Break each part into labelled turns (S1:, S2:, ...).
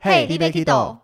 S1: 嘿你别去倒。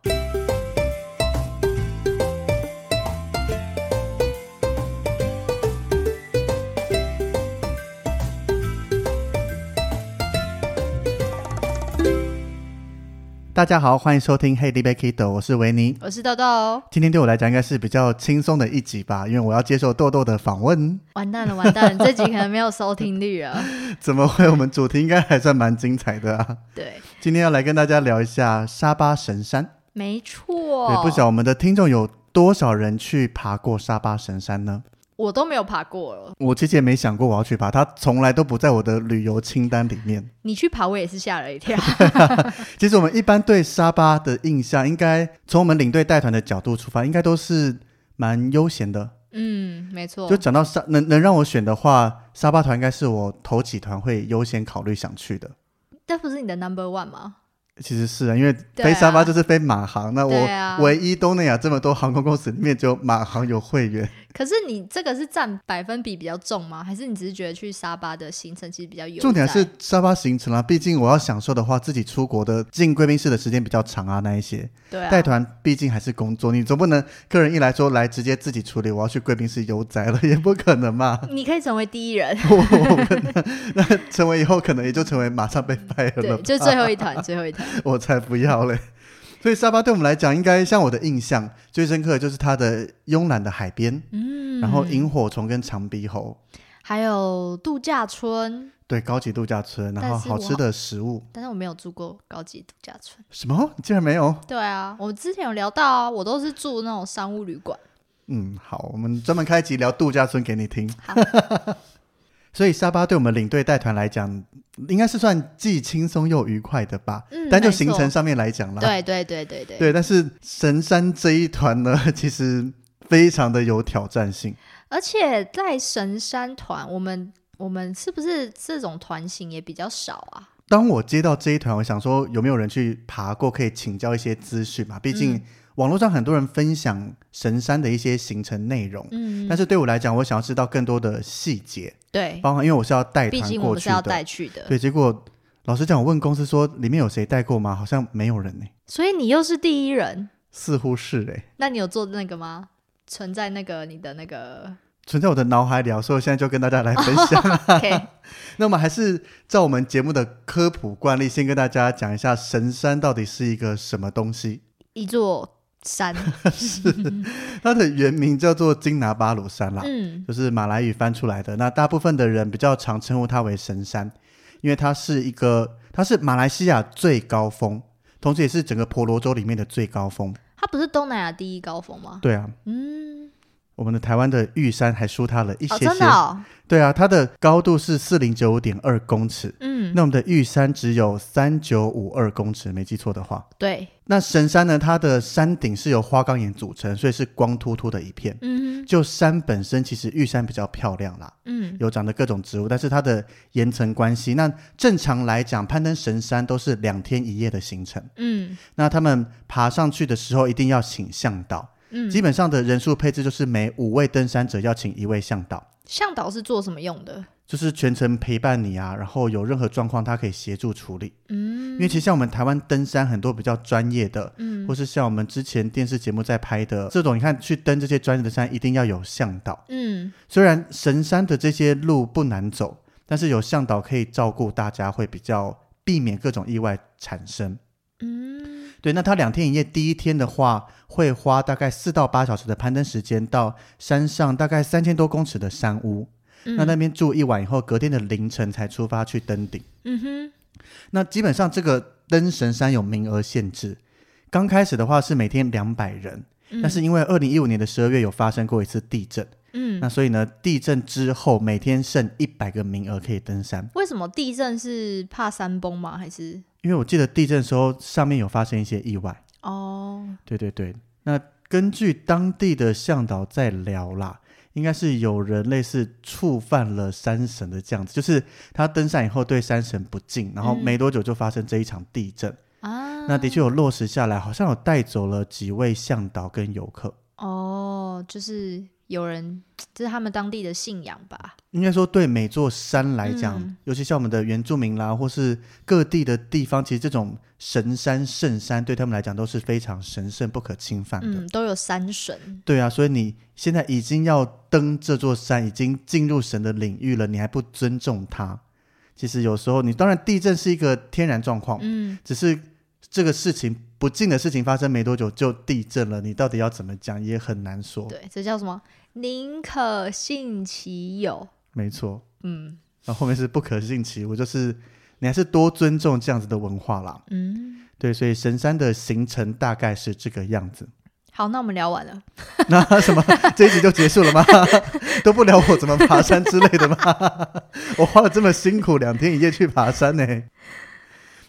S2: 大家好，欢迎收听 Hey, d b a k i d o 我是维尼。
S1: 我是豆豆，
S2: 今天对我来讲应该是比较轻松的一集吧，因为我要接受豆豆的访问。
S1: 完蛋了，完蛋了，这集可能没有收听率了。
S2: 怎么会？我们主题应该还算蛮精彩的啊。
S1: 对，
S2: 今天要来跟大家聊一下沙巴神山。
S1: 没
S2: 对，
S1: 错，
S2: 不晓我们的听众有多少人去爬过沙巴神山呢？
S1: 我都没有爬过了。
S2: 我其实也没想过我要去爬，它从来都不在我的旅游清单里面。
S1: 你去爬，我也是吓了 一跳。
S2: 其实我们一般对沙巴的印象，应该从我们领队带团的角度出发，应该都是蛮悠闲的。
S1: 嗯，没错
S2: 就，讲到沙，能能让我选的话，沙巴团应该是我头几团会优先考虑想去的。
S1: 这不是你的 number one 吗？
S2: 其实是啊，因为
S1: 对啊
S2: 飞沙巴就是飞马航，那
S1: 对
S2: 呃我、
S1: 啊
S2: 唯一东南亚这么多航空公司里面只有马航有会员。
S1: 可是你这个是占百分比比较重吗？还是你只是觉得去沙巴的行程其实比较有？
S2: 重点是沙巴行程啊，毕竟我要享受的话，自己出国的进贵宾室的时间比较长啊，那一些
S1: 对啊，
S2: 带团毕竟还是工作，你总不能个人一来说来直接自己处理，我要去贵宾室悠哉了，也不可能嘛。
S1: 你可以成为第一人，
S2: 我我们那成为以后可能也就成为马上被 fire 了
S1: 嗯对，
S2: 吧，
S1: 就最后一团，最后一团。
S2: 我才不要嘞！所以沙巴对我们来讲，应该像我的印象最深刻的就是它的慵懒的海边，
S1: 嗯，
S2: 然后萤火虫跟长鼻猴，
S1: 还有度假村，
S2: 对，高级度假村，然后
S1: 但是我
S2: 好吃的食物。
S1: 但是我没有住过高级度假村。
S2: 什么？你竟然没有？
S1: 对啊，我之前有聊到啊，我都是住那种商务旅馆。
S2: 嗯，好，我们专门开一集聊度假村给你听
S1: 好。
S2: 所以沙巴对我们领队带团来讲，应该是算既轻松又愉快的吧。
S1: 嗯，
S2: 但就
S1: 没错
S2: 行程，上面来讲啦，
S1: 对对对对对，
S2: 对，但是神山这一团呢，其实非常的有挑战性。
S1: 而且在神山团，我们我们是不是这种团型也比较少啊？
S2: 当我接到这一团，我想说有没有人去爬过，可以请教一些资讯嘛？毕竟
S1: 嗯
S2: 网络上很多人分享神山的一些行程内容，
S1: 嗯，
S2: 但是对我来讲，我想要知道更多的细节，
S1: 对，
S2: 包含因为我是要带
S1: 毕
S2: 团
S1: 竟我
S2: 过
S1: 们是
S2: 去
S1: 要
S2: 的，
S1: 带去的，
S2: 对，结果。老实讲，我问公司说里面有谁带过吗？好像没有人呢、
S1: 所以你又是第一人，
S2: 似乎是哎、
S1: 那你有做那个吗？存在那个你的那个
S2: 存在我的脑海里啊，所以我现在就跟大家来分享。
S1: OK，
S2: 那么还是照我们节目的科普惯例，先跟大家讲一下神山到底是一个什么东西。
S1: 一座山，
S2: 它的原名叫做金拿巴鲁山啦，
S1: 嗯，
S2: 就是马来语翻出来的。那大部分的人比较常称呼它为神山，因为它是一个，它是马来西亚最高峰，同时也是整个婆罗洲里面的最高峰。
S1: 它不是东南亚第一高峰吗？
S2: 对啊，
S1: 嗯，
S2: 我们的台湾的玉山还输它了一些
S1: 哦，
S2: 些。
S1: 真的哦，
S2: 对啊，它的高度是四零九五点二公尺，
S1: 嗯，
S2: 那我们的玉山只有三九五二公尺，没记错的话。
S1: 对，
S2: 那神山呢，它的山顶是由花岗岩组成，所以是光秃秃的一片。
S1: 嗯哼
S2: 就山本身，其实玉山比较漂亮啦，
S1: 嗯，
S2: 有长的各种植物，但是它的岩层关系，那正常来讲，攀登神山都是两天一夜的行程。
S1: 嗯
S2: 那他们爬上去的时候，一定要请向导。
S1: 嗯，
S2: 基本上的人数配置就是每五位登山者要请一位向导，
S1: 向导是做什么用的？
S2: 就是全程陪伴你啊，然后有任何状况他可以协助处理。
S1: 嗯
S2: 因为其实像我们台湾登山很多比较专业的，
S1: 嗯
S2: 或是像我们之前电视节目在拍的这种，你看去登这些专业的山，一定要有向导。
S1: 嗯，
S2: 虽然神山的这些路不难走，但是有向导可以照顾大家，会比较避免各种意外产生。
S1: 嗯，
S2: 对，那他两天一夜，第一天的话会花大概四到八小时的攀登时间到山上大概三千多公尺的山屋，
S1: 嗯
S2: 那那边住一晚以后，隔天的凌晨才出发去登顶。
S1: 嗯哼，
S2: 那基本上这个登神山有名额限制，刚开始的话是每天两百人，
S1: 嗯
S2: 但是因为二零一五年的十二月有发生过一次地震，
S1: 嗯，
S2: 那所以呢，地震之后每天剩一百个名额可以登山。
S1: 为什么地震是怕山崩吗？还是
S2: 因为我记得地震的时候上面有发生一些意外，
S1: 哦，
S2: 对对对。那根据当地的向导在聊啦，应该是有人类似触犯了山神的这样子，就是他登山以后对山神不敬，然后
S1: 嗯
S2: 没多久就发生这一场地震。
S1: 啊？
S2: 那的确有落实下来，好像有带走了几位向导跟游客。
S1: 哦，就是有人，这是他们当地的信仰吧？
S2: 应该说，对每座山来讲，
S1: 嗯
S2: 尤其像我们的原住民啦，或是各地的地方，其实这种神山、圣山对他们来讲都是非常神圣、不可侵犯的。
S1: 嗯，都有山神。
S2: 对啊，所以你现在已经要登这座山，已经进入神的领域了，你还不尊重它，其实有时候你当然地震是一个天然状况，
S1: 嗯，
S2: 只是这个事情不敬的事情发生没多久就地震了，你到底要怎么讲也很难说。
S1: 对，这叫什么？宁可信其有。
S2: 没错，
S1: 嗯
S2: 然后后面是不可信其无，就是你还是多尊重这样子的文化啦。
S1: 嗯，
S2: 对，所以神山的行程大概是这个样子。
S1: 好，那我们聊完了。
S2: 那什么，这一集就结束了吗？ 都不聊我怎么爬山之类的吗？ 我花了这么辛苦两天一夜去爬山呢、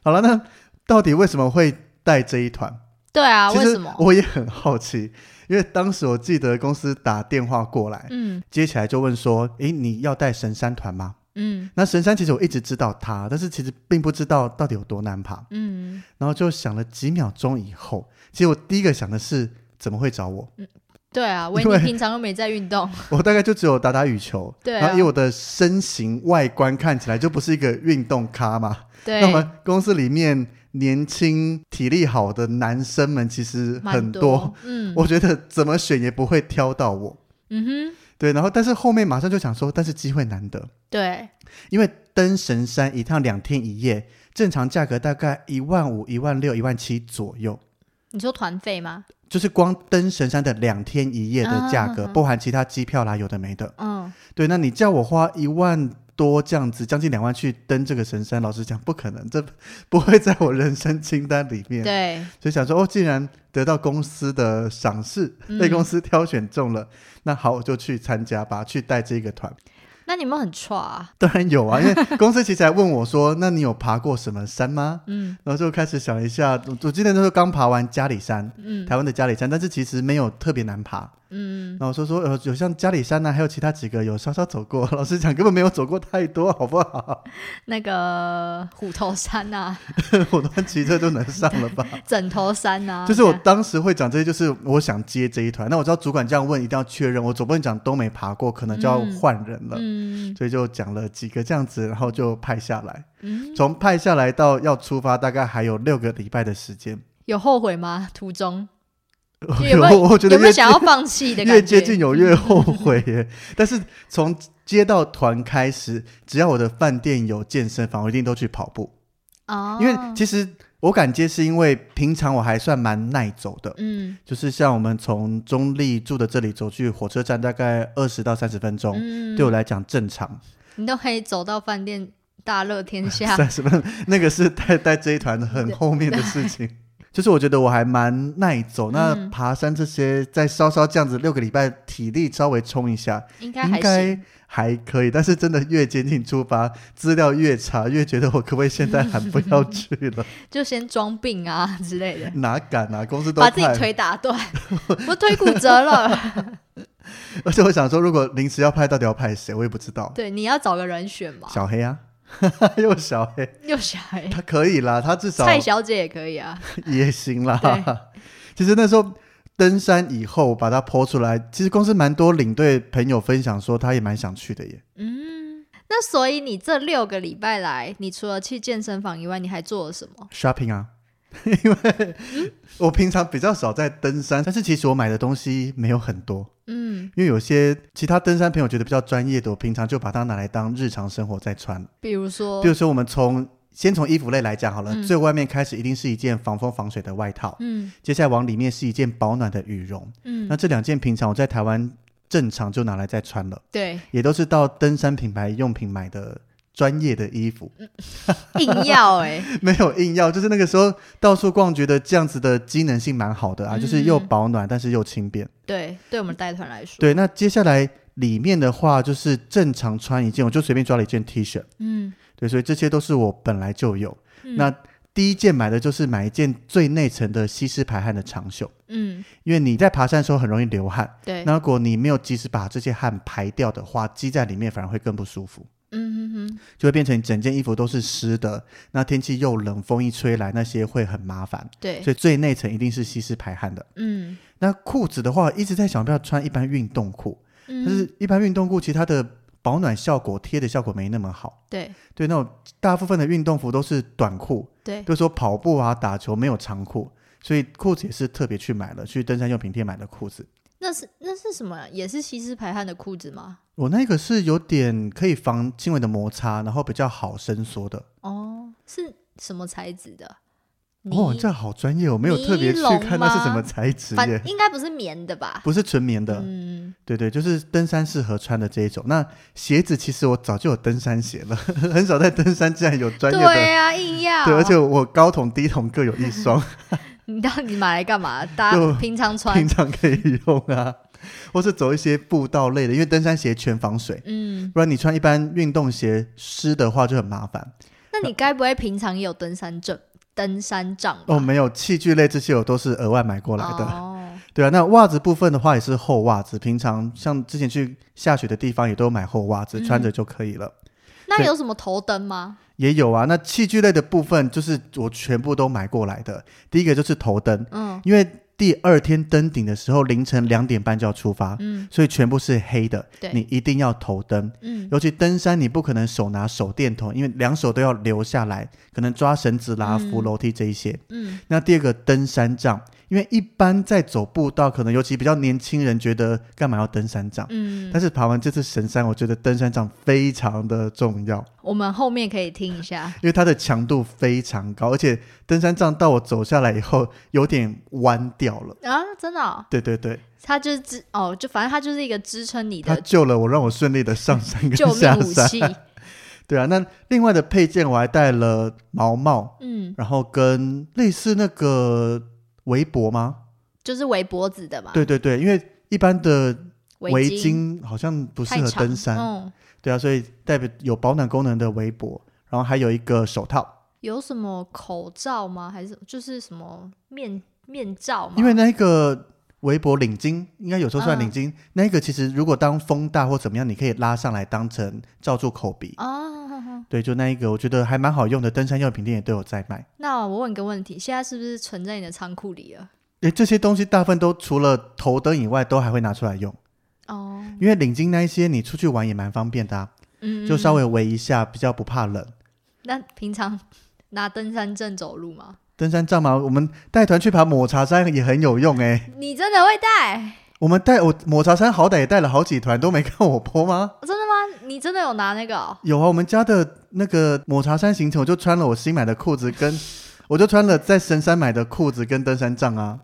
S2: 好了，那到底为什么会带这一团？
S1: 对啊，
S2: 其
S1: 为
S2: 实
S1: 什么？
S2: 我也很好奇，因为当时我记得公司打电话过来，
S1: 嗯
S2: 接起来就问说：“诶，你要带神山团吗
S1: 嗯？”
S2: 那神山其实我一直知道它，但是其实并不知道到底有多难爬。
S1: 嗯，
S2: 然后就想了几秒钟以后，其实我第一个想的是怎么会找 我？
S1: 对啊，维
S2: 因为
S1: 尼平常又没在运动。
S2: 我大概就只有打打羽球，
S1: 对啊
S2: 然后以我的身形外观看起来就不是一个运动咖嘛。
S1: 对
S2: 那，么公司里面年轻体力好的男生们其实很
S1: 蛮多。嗯
S2: 我觉得怎么选也不会挑到我。
S1: 嗯哼，
S2: 对，然后但是后面马上就想说，但是机会难得，
S1: 对，
S2: 因为登神山一趟两天一夜，正常价格大概一万五、一万六、一万七左右，
S1: 你说团费吗？
S2: 就是光登神山的两天一夜的价格，
S1: 啊
S2: 不含其他机票啦，有的没的。
S1: 嗯，
S2: 对，那你叫我花一万多这样子，将近两万去登这个神山，老实讲不可能，这 不会在我人生清单里面。
S1: 对，
S2: 所以想说，哦，既然得到公司的赏识，
S1: 嗯
S2: 被公司挑选中了，那好，我就去参加吧，去带这个团。
S1: 那你们很差啊。
S2: 当然有啊，因为 公司其实还问我说：“那你有爬过什么山吗
S1: 嗯？”
S2: 然后就开始想一下，我我记得那时候刚爬完嘉里山，
S1: 嗯
S2: 台湾的嘉里山，但是其实没有特别难爬。
S1: 嗯，
S2: 然后说说呃有像嘉里山呐、还有其他几个有稍稍走过， 老实讲根本没有走过太多，好不好？
S1: 那个虎头山呐、
S2: 我都骑车就能上了 吧？
S1: 枕头山啊呐、
S2: 就是我当时会讲这些，就是我想接这一团。那我知道主管这样问，一定要确认，我总不能讲都没爬过，可能就要
S1: 嗯
S2: 换人了。
S1: 嗯
S2: 所以就讲了几个这样子，然后就派下来。
S1: 嗯，
S2: 从派下来到要出发，大概还有六个礼拜的时间。
S1: 有后悔吗？途中
S2: 我
S1: 有没有
S2: 我觉得
S1: 有没有
S2: 越
S1: 想要放弃的 感觉？
S2: 越接近有越后悔耶。 但是从接到团开始，只要我的饭店有健身房，我一定都去跑步。
S1: 啊，
S2: 因为其实我敢接，是因为平常我还算蛮耐走的，
S1: 嗯
S2: 就是像我们从中立住的这里走去火车站，大概二十到三十分钟，
S1: 嗯，
S2: 对我来讲正 常。
S1: 你都可以走到饭店大热天 下，
S2: 三十分钟那个是带带这一 团很后面的事情。就是我觉得我还蛮耐走，那
S1: 嗯
S2: 爬山这些再稍稍这样子六个礼拜体力稍微冲一下，
S1: 应该
S2: 应
S1: 还行。
S2: 该还可以，但是真的越接近出发，资料越查，越觉得我可不可以现在喊不要去 了？
S1: 就先装病啊之类的，
S2: 哪敢啊！公司都
S1: 把自己
S2: 派，
S1: 腿 打断，我腿骨折了。
S2: 而且我想说，如果临时要派，到底要派谁？我也不知道。
S1: 对，你要找个人选嘛，
S2: 小黑啊， 又小黑，
S1: 又小孩，
S2: 他可以啦，他至少
S1: 哎蔡小姐也可以啊。
S2: 也行
S1: 对
S2: 啦。 其实那时候登山以后，把它剖出来，其实公司蛮多领队朋友分享说，他也蛮想去的耶。
S1: 嗯，那所以你这六个礼拜来，你除了去健身房以外，你还做了什么？
S2: shopping 啊， 因为
S1: 嗯
S2: 我平常比较少在登山，但是其实我买的东西没有很多。
S1: 嗯，
S2: 因为有些其他登山朋友觉得比较专业的，我平常就把它拿来当日常生活在穿。
S1: 比如说
S2: 比，如说，我们从先从衣服类来讲好了，
S1: 嗯
S2: 最外面开始一定是一件防风防水的外套，
S1: 嗯
S2: 接下来往里面是一件保暖的羽绒。那
S1: 嗯，
S2: 这两件平常我在台湾正常就拿来再穿了，
S1: 对，
S2: 也都是到登山品牌用品买的专业的衣服，
S1: 嗯硬要哎、
S2: 没有硬要。就是那个时候到处逛，觉得这样子的机能性蛮好的啊，就是又
S1: 嗯
S2: 保暖，但是又轻便。
S1: 对，对我们带团来说，
S2: 对，那接下来里面的话就是正常穿一件，我就随便抓了一件 T 恤。
S1: 嗯，
S2: 对，所以这些都是我本来就有。
S1: 嗯
S2: 那第一件买的就是买一件最内层的吸湿排汗的长袖，
S1: 嗯，
S2: 因为你在爬山的时候很容易流汗，
S1: 对，
S2: 那如果你没有及时把这些汗排掉的话，积在里面反而会更不舒服，
S1: 嗯哼哼，
S2: 就会变成整件衣服都是湿的。那天气又冷，风一吹来，那些会很麻烦。
S1: 对，
S2: 所以最内层一定是吸湿排汗的。
S1: 嗯
S2: 那裤子的话，一直在想要不要穿一般运动裤，
S1: 嗯
S2: 但是一般运动裤其实它的保暖效果、贴的效果没那么好。
S1: 对
S2: 对，那种大部分的运动服都是短裤，
S1: 对，
S2: 就是说跑步啊、打球没有长裤，所以裤子也是特别去买了，去登山用品店买的裤子。
S1: 那是那是什么？啊也是吸湿排汗的裤子吗？
S2: 我那个是有点可以防轻微的摩擦，然后比较好伸缩的。
S1: 哦，是什么材质的？
S2: 哦
S1: 尼，
S2: 这好专业，我没有特别去
S1: 尼龙
S2: 看那是什
S1: 吗
S2: 么材质
S1: 反
S2: 耶，
S1: 应该不是棉的吧？
S2: 不是纯棉的。
S1: 嗯，
S2: 对对，就是登山适合穿的这一种。那鞋子其实我早就有登山鞋了， 很少在登山竟然有专业的。
S1: 对啊，硬要。
S2: 对，而且我高筒、低筒各有一双，
S1: 你到底买来干嘛？大家
S2: 就
S1: 平常穿
S2: 平。常可以用啊，或是走一些步道类的，因为登山鞋全防水，
S1: 嗯，
S2: 不然你穿一般运动鞋湿的话就很麻烦。
S1: 那你该不会平常也有登山证、登山杖吧
S2: 哦，没有器具类这些我都是额外买过来的。
S1: 哦，
S2: 对啊，那袜子部分的话也是厚袜子，平常像之前去下雪的地方也都有买厚袜子，穿着就可以了。
S1: 那
S2: 对
S1: 有什么头灯吗？
S2: 也有啊，那器具类的部分就是我全部都买过来的。第一个就是头灯，
S1: 嗯
S2: 因为第二天登顶的时候凌晨两点半就要出发，
S1: 嗯
S2: 所以全部是黑的
S1: 对，
S2: 你一定要头灯。
S1: 嗯
S2: 尤其登山，你不可能手拿手电筒，因为两手都要留下来，可能抓绳子啦、
S1: 嗯
S2: 扶楼梯这一些。
S1: 嗯，
S2: 那第二个登山杖，因为一般在走步道，可能尤其比较年轻人觉得干嘛要登山杖，
S1: 嗯，
S2: 但是爬完这次神山，我觉得登山杖非常的重要，
S1: 我们后面可以听一下。
S2: 因为它的强度非常高，而且登山杖到我走下来以后有点弯掉了。
S1: 啊，真的哦、
S2: 对对对，
S1: 它就是支哦，就反正它就是一个支撑你
S2: 它
S1: 的
S2: 救了我，让我顺利的上 山跟
S1: 救命
S2: 下
S1: 武
S2: 山。
S1: 器。
S2: 对啊，那另外的配件我还带了毛帽，
S1: 嗯，
S2: 然后跟类似那个围脖吗？
S1: 就是围脖子的嘛，
S2: 对对对，因为一般的
S1: 围
S2: 围
S1: 巾
S2: 巾好像不适
S1: 太
S2: 合
S1: 长
S2: 登山，
S1: 嗯，
S2: 对啊，所以代表有保暖功能的围脖，然后还有一个手套，
S1: 有什么口罩吗？还是就是什么面面罩吗？
S2: 因为那个围脖领巾应该有时候算
S1: 嗯
S2: 领巾，那个其实如果当风大或怎么样，你可以拉上来当成罩住口鼻。
S1: 啊，
S2: 对，就那一个，我觉得还蛮好用的，登山用品店也都有在卖。
S1: 那我问个问题，现在是不是存在你的仓库里了？
S2: 诶，这些东西大部分都除了头灯以外，都还会拿出来用，
S1: 哦，
S2: 因为领巾那一些你出去玩也蛮方便的啊。
S1: 嗯，
S2: 就稍
S1: 嗯。
S2: 微围一下，比较不怕冷。
S1: 那平常 拿登山杖走路吗？
S2: 登山杖嘛，我们带团去爬抹茶山也很有用哎、
S1: 你真的会带？
S2: 我们带我抹茶山好歹也带了好几团，都没看我坡吗？
S1: 真的吗？你真的有拿那个、哦？
S2: 有啊，我们家的那个抹茶山行程，我就穿了我新买的裤子跟， 我就穿了在神山买的裤子跟登山杖啊，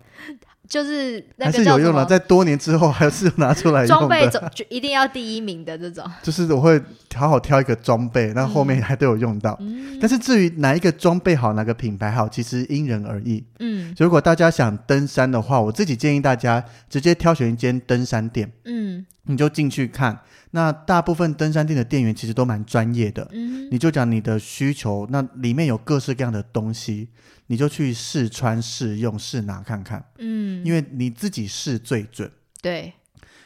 S1: 就是那
S2: 还
S1: 个
S2: 是
S1: 叫
S2: 有
S1: 什
S2: 用了，
S1: 么？
S2: 在多年之后还是有拿出来
S1: 装
S2: 用
S1: 备
S2: 的。
S1: 总就一定要第一名的这种。
S2: 就是我会好好挑一个装备，那后面还都有用到。
S1: 嗯
S2: 但是至于哪一个装备好，哪个品牌好，其实因人而异。
S1: 嗯
S2: 如果大家想登山的话，我自己建议大家直接挑选一间登山店，
S1: 嗯
S2: 你就进去看。那大部分登山店的店员其实都蛮专业的，
S1: 嗯
S2: 你就讲你的需求，那里面有各式各样的东西，你就去试穿、试用、试拿看看，
S1: 嗯，
S2: 因为你自己试最准。
S1: 对，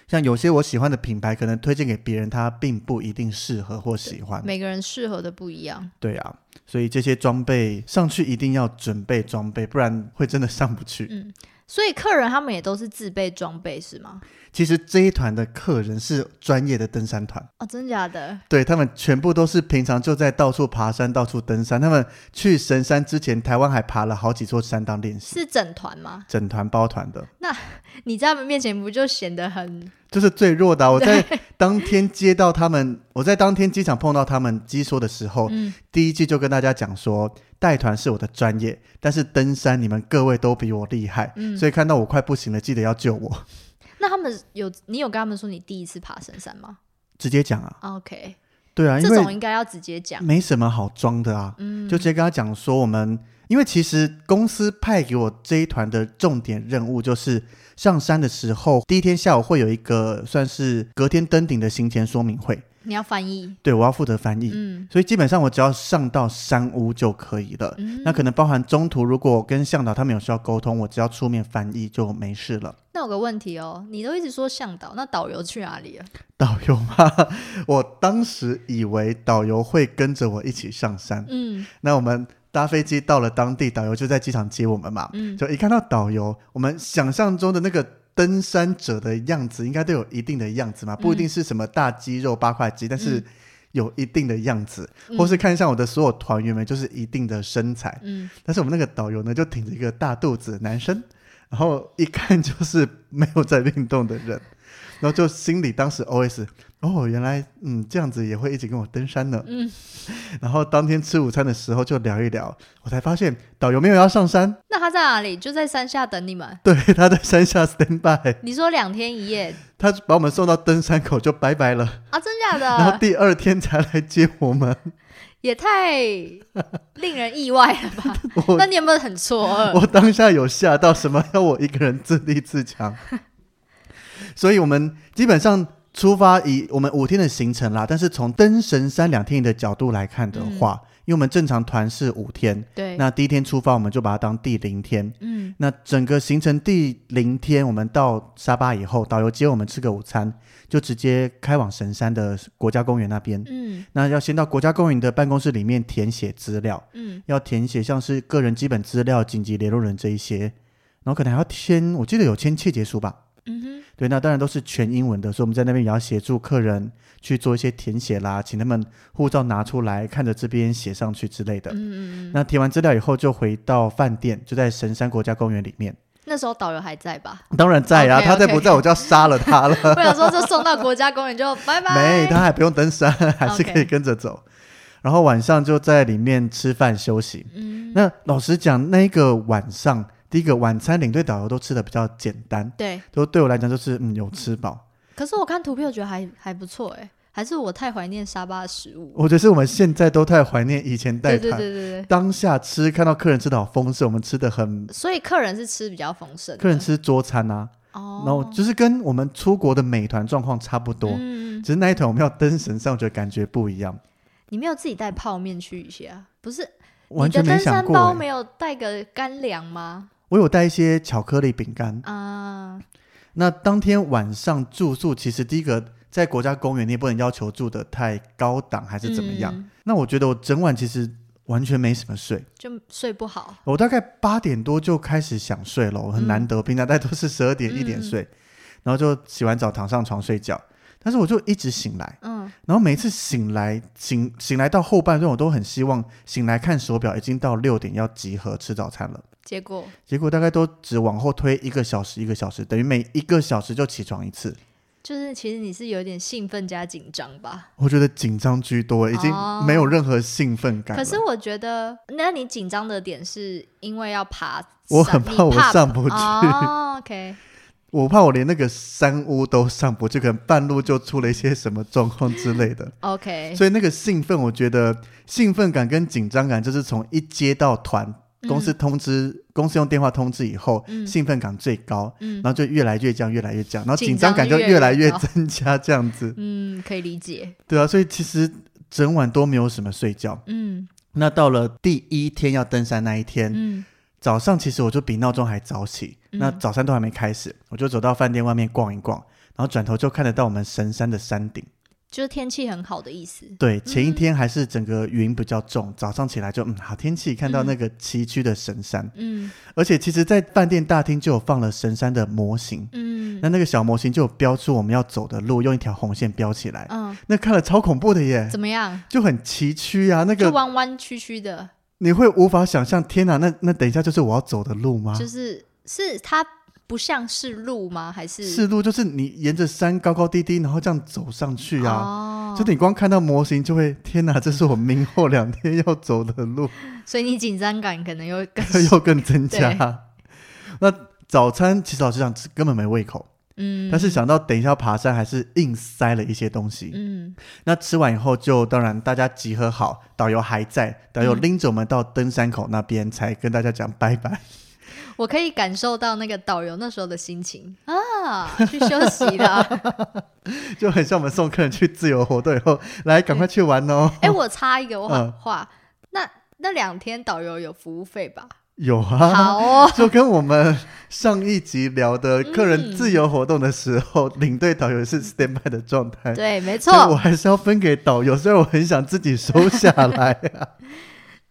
S2: 像有些我喜欢的品牌，可能推荐给别人，他并不一定适合或喜欢。
S1: 每个人适合的不一样。
S2: 对啊，所以这些装备上去一定要准备装备，不然会真的上不去。
S1: 嗯所以客人他们也都是自备装备是吗？
S2: 其实这一团的客人是专业的登山团，
S1: 哦，真假的？
S2: 对他们全部都是平常就在到处爬山、到处登山。他们去神山之前，台湾还爬了好几座山当练习，
S1: 是整团吗？
S2: 整团包团的，
S1: 你在他们面前不就显得很……
S2: 就是最弱的啊、我在当天接到他们，我在当天机场碰到他们机说的时候，
S1: 嗯
S2: 第一句就跟大家讲说，带团是我的专业，但是登山你们各位都比我厉害，
S1: 嗯。
S2: 所以看到我快不行了，记得要救我，
S1: 那他们有你有跟他们说你第一次爬神山吗
S2: 直接讲啊，
S1: ？OK，
S2: 对啊，因
S1: 这种
S2: 为
S1: 应该要直接讲。
S2: 没什么好装的啊。
S1: 嗯，
S2: 就直接跟他讲说，我们因为其实公司派给我这一团的重点任务就是上山的时候，第一天下午会有一个算是隔天登顶的行前说明会，
S1: 你要翻译。
S2: 对我要负责翻译，
S1: 嗯
S2: 所以基本上我只要上到山屋就可以了。
S1: 嗯，
S2: 那可能包含中途，如果跟向导他们有需要沟通，我只要出面翻译就没事了。
S1: 那有个问题哦，你都一直说向导，那导游去哪里了？
S2: 导游吗？我当时以为导游会跟着我一起上山。
S1: 嗯
S2: 那我们搭飞机到了当地，导游就在机场接我们嘛。
S1: 嗯，
S2: 就一看到导游，我们想象中的那个登山者的样子应该都有一定的样子
S1: 嗯
S2: 嘛，不一定是什么大肌肉八块肌，但是有一定的样子，或是看上我的所有团员们就是一定的身材。
S1: 嗯，
S2: 但是我们那个导游呢，就挺着一个大肚子的男生，然后一看就是没有在运动的人，然后就心里当时 OS：哦，原来嗯这样子也会一起跟我登山呢。
S1: 嗯，
S2: 然后当天吃午餐的时候就聊一聊，我才发现导游没有要上山，
S1: 那他在哪里？就在山下等你们。
S2: 对，他在山下 stand by，
S1: 你说两天一夜
S2: 他把我们送到登山口就拜拜了，
S1: 啊？真假
S2: 然后
S1: 的？
S2: 第二天才来接我们。
S1: 也太令人意外了吧？
S2: 我
S1: 那你有没有很错愕？
S2: 我当下有吓到，什么要我一个人自立自强？ 所以我们基本上出发以我们五天的行程啦，但是从登神山两天一夜的角度来看的话，因为我们正常团是五天，
S1: 嗯对，
S2: 那第一天出发我们就把它当第零天。
S1: 嗯
S2: 那整个行程第零天，我们到沙巴以后，导游接我们吃个午餐，就直接开往神山的国家公园那边。
S1: 嗯
S2: 那要先到国家公园的办公室里面填写资料，
S1: 嗯，
S2: 要填写像是个人基本资料、紧急联络人这一些，然后可能还要签，我记得有签切结书吧？
S1: 嗯哼，
S2: 对，那当然都是全英文的，所以我们在那边也要协助客人去做一些填写啦，请他们护照拿出来，看着这边写上去之类的。
S1: 嗯嗯嗯。
S2: 那填完资料以后，就回到饭店，就在神山国家公园里面。
S1: 那时候导游还 在吧？
S2: 当然在啊
S1: OK，OK
S2: 他再不在我就要杀了他了。
S1: 我想说，就送到国家公园就拜
S2: 没，
S1: 拜。
S2: 他还不用登山，还是可以
S1: OK
S2: 跟着走。然后晚上就在里面吃饭休息。
S1: 嗯，
S2: 那老实讲，那一个晚上，第一个晚餐领队导游都吃的比较简单，
S1: 对。
S2: 就对我来讲就是嗯有吃饱。
S1: 可是我看图片，我觉得还还不错哎，还是我太怀念沙巴的食物。
S2: 我觉得是我们现在都太怀念以前带
S1: 对对
S2: 团，
S1: 对对对，
S2: 当下吃看到客人吃的好丰盛，我们吃的很，
S1: 所以客人是吃比较丰盛的，
S2: 客人吃桌餐啊，
S1: 哦，
S2: 然后就是跟我们出国的美团状况差不多，
S1: 嗯，
S2: 只是那一团我们要登神山，我觉得感觉不一样，
S1: 你没有自己带泡面去一下？不是，
S2: 完全
S1: 你的
S2: 没
S1: 登
S2: 想
S1: 山
S2: 过、
S1: 包
S2: 欸。
S1: 没有带个干粮吗？
S2: 我有带一些巧克力饼干，
S1: 啊、
S2: 那当天晚上住宿，其实第一个在国家公园，你也不能要求住的太高档还是怎么样。
S1: 嗯
S2: 那我觉得我整晚其实完全没什么睡，
S1: 就睡不好。
S2: 我大概八点多就开始想睡了，我很难得，平常大概都是十二点
S1: 嗯
S2: 一点睡，然后就洗完澡躺上床睡觉。但是我就一直醒来，
S1: 嗯，
S2: 然后每一次醒来醒醒来到后半段，我都很希望醒来看手表，已经到六点要集合吃早餐了。
S1: 结果
S2: 结果大概都只往后推一个小时，一个小时，等于每一个小时就起床一次。
S1: 就是，其实你是有点兴奋加紧张吧。
S2: 我觉得紧张居多，已经
S1: 哦
S2: 没有任何兴奋感了。
S1: 可是我觉得，那你紧张的点是因为要爬山，
S2: 我很
S1: 你
S2: 怕我上不去，
S1: 哦、OK，
S2: 我怕我连那个山屋都上不去，可能半路就出了一些什么状况之类的。
S1: OK，
S2: 所以那个兴奋，我觉得兴奋感跟紧张感，就是从一接到团公司通知、公司用电话通知以后，
S1: 嗯
S2: 兴奋感最高，然
S1: 嗯
S2: 后就越来越降，越来越降，然后
S1: 紧
S2: 紧张感就
S1: 张越
S2: 越来越
S1: 高
S2: 增加，这样子。
S1: 嗯，可以理解。
S2: 对啊，所以其实整晚都没有什么睡觉。
S1: 嗯
S2: 那到了第一天要登山那一天，
S1: 嗯
S2: 早上其实我就比闹钟还早起，
S1: 嗯
S2: 那早餐都还没开始，我就走到饭店外面逛一逛，然后转头就看得到我们神山的山顶。
S1: 就是天气很好的意思。
S2: 对，前一天还是整个云比较重，早上起来就嗯好天气，看到那个崎岖的神山，
S1: 嗯
S2: 而且其实，在饭店大厅就有放了神山的模型，
S1: 嗯
S2: 那那个小模型就有标出我们要走的路，用一条红线标起来，
S1: 嗯，
S2: 那看了超恐怖的耶，
S1: 怎么样？
S2: 就很崎岖啊，那
S1: 就
S2: 个
S1: 弯弯曲曲的，
S2: 你会无法想象，天啊哪，那那等一下就是我要走的路吗？
S1: 就是是它不像是路吗？还是
S2: 是路就是你沿着山高高低低，然后这样走上去啊。
S1: 哦
S2: 就，你光看到模型就会，天哪，这是我明后两天要走的 路，
S1: 所以你紧张感可能又 更
S2: 又更增加。那早餐其实老实讲是根本没胃口，
S1: 嗯，
S2: 但是想到等一下要爬山，还是硬塞了一些东西。
S1: 嗯
S2: 那吃完以后就当然大家集合好，导游还在，导游
S1: 嗯
S2: 拎着我们到登山口那边才跟大家讲拜拜。
S1: 我可以感受到那个导游那时候的心情啊，去休息啊了。
S2: 就很像我们送客人去自由活动以后，来赶快去玩哦。
S1: 哎、我插一个我
S2: 嗯
S1: 话，那那两天导游有服务费吧？
S2: 有啊，
S1: 好 哦，
S2: 就跟我们上一集聊的客人自由活动的时候，领队导游是 stand by 的状态。
S1: 嗯对，没
S2: 所以我
S1: 错，
S2: 还是要分给导游，虽然我很想自己收下来、啊。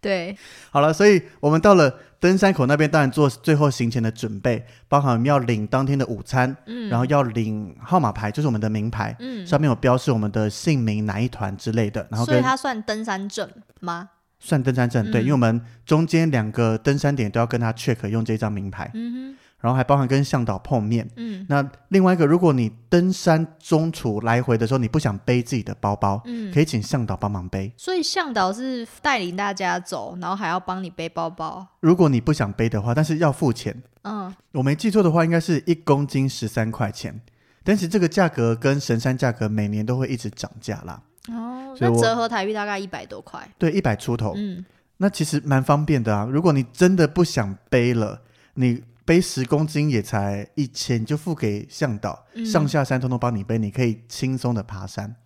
S1: 对，
S2: 好了，所以我们到了登山口那边，当然做最后行前的准备，包含我们要领当天的午餐，
S1: 嗯，
S2: 然后要领号码牌，就是我们的名牌，
S1: 嗯，
S2: 上面有标示我们的姓名、哪一团之类的，然后
S1: 所以
S2: 跟
S1: 它算登山证吗？
S2: 算登山证，对，
S1: 嗯
S2: 因为我们中间两个登山点都要跟他 check 用这张名牌，
S1: 嗯
S2: 然后还包含跟向导碰面。
S1: 哼，嗯
S2: 那另外一个，如果你登山中途来回的时候，你不想背自己的包包，
S1: 嗯。
S2: 可以请向导帮忙背。
S1: 所以向导是带领大家走，然后还要帮你背包包。
S2: 如果你不想背的话，但是要付钱。
S1: 嗯，
S2: 我没记错的话，应该是一公斤十三块钱，但是这个价格跟神山价格每年都会一直涨价啦。
S1: 哦，
S2: 所以
S1: 那
S2: 我
S1: 折合台币大概一百多块。
S2: 对，一百出头，
S1: 嗯，
S2: 那其实蛮方便的啊。如果你真的不想背了，你背十公斤也才一千，你就付给向导，
S1: 嗯
S2: 上下山通通帮你背，你可以轻松的爬山，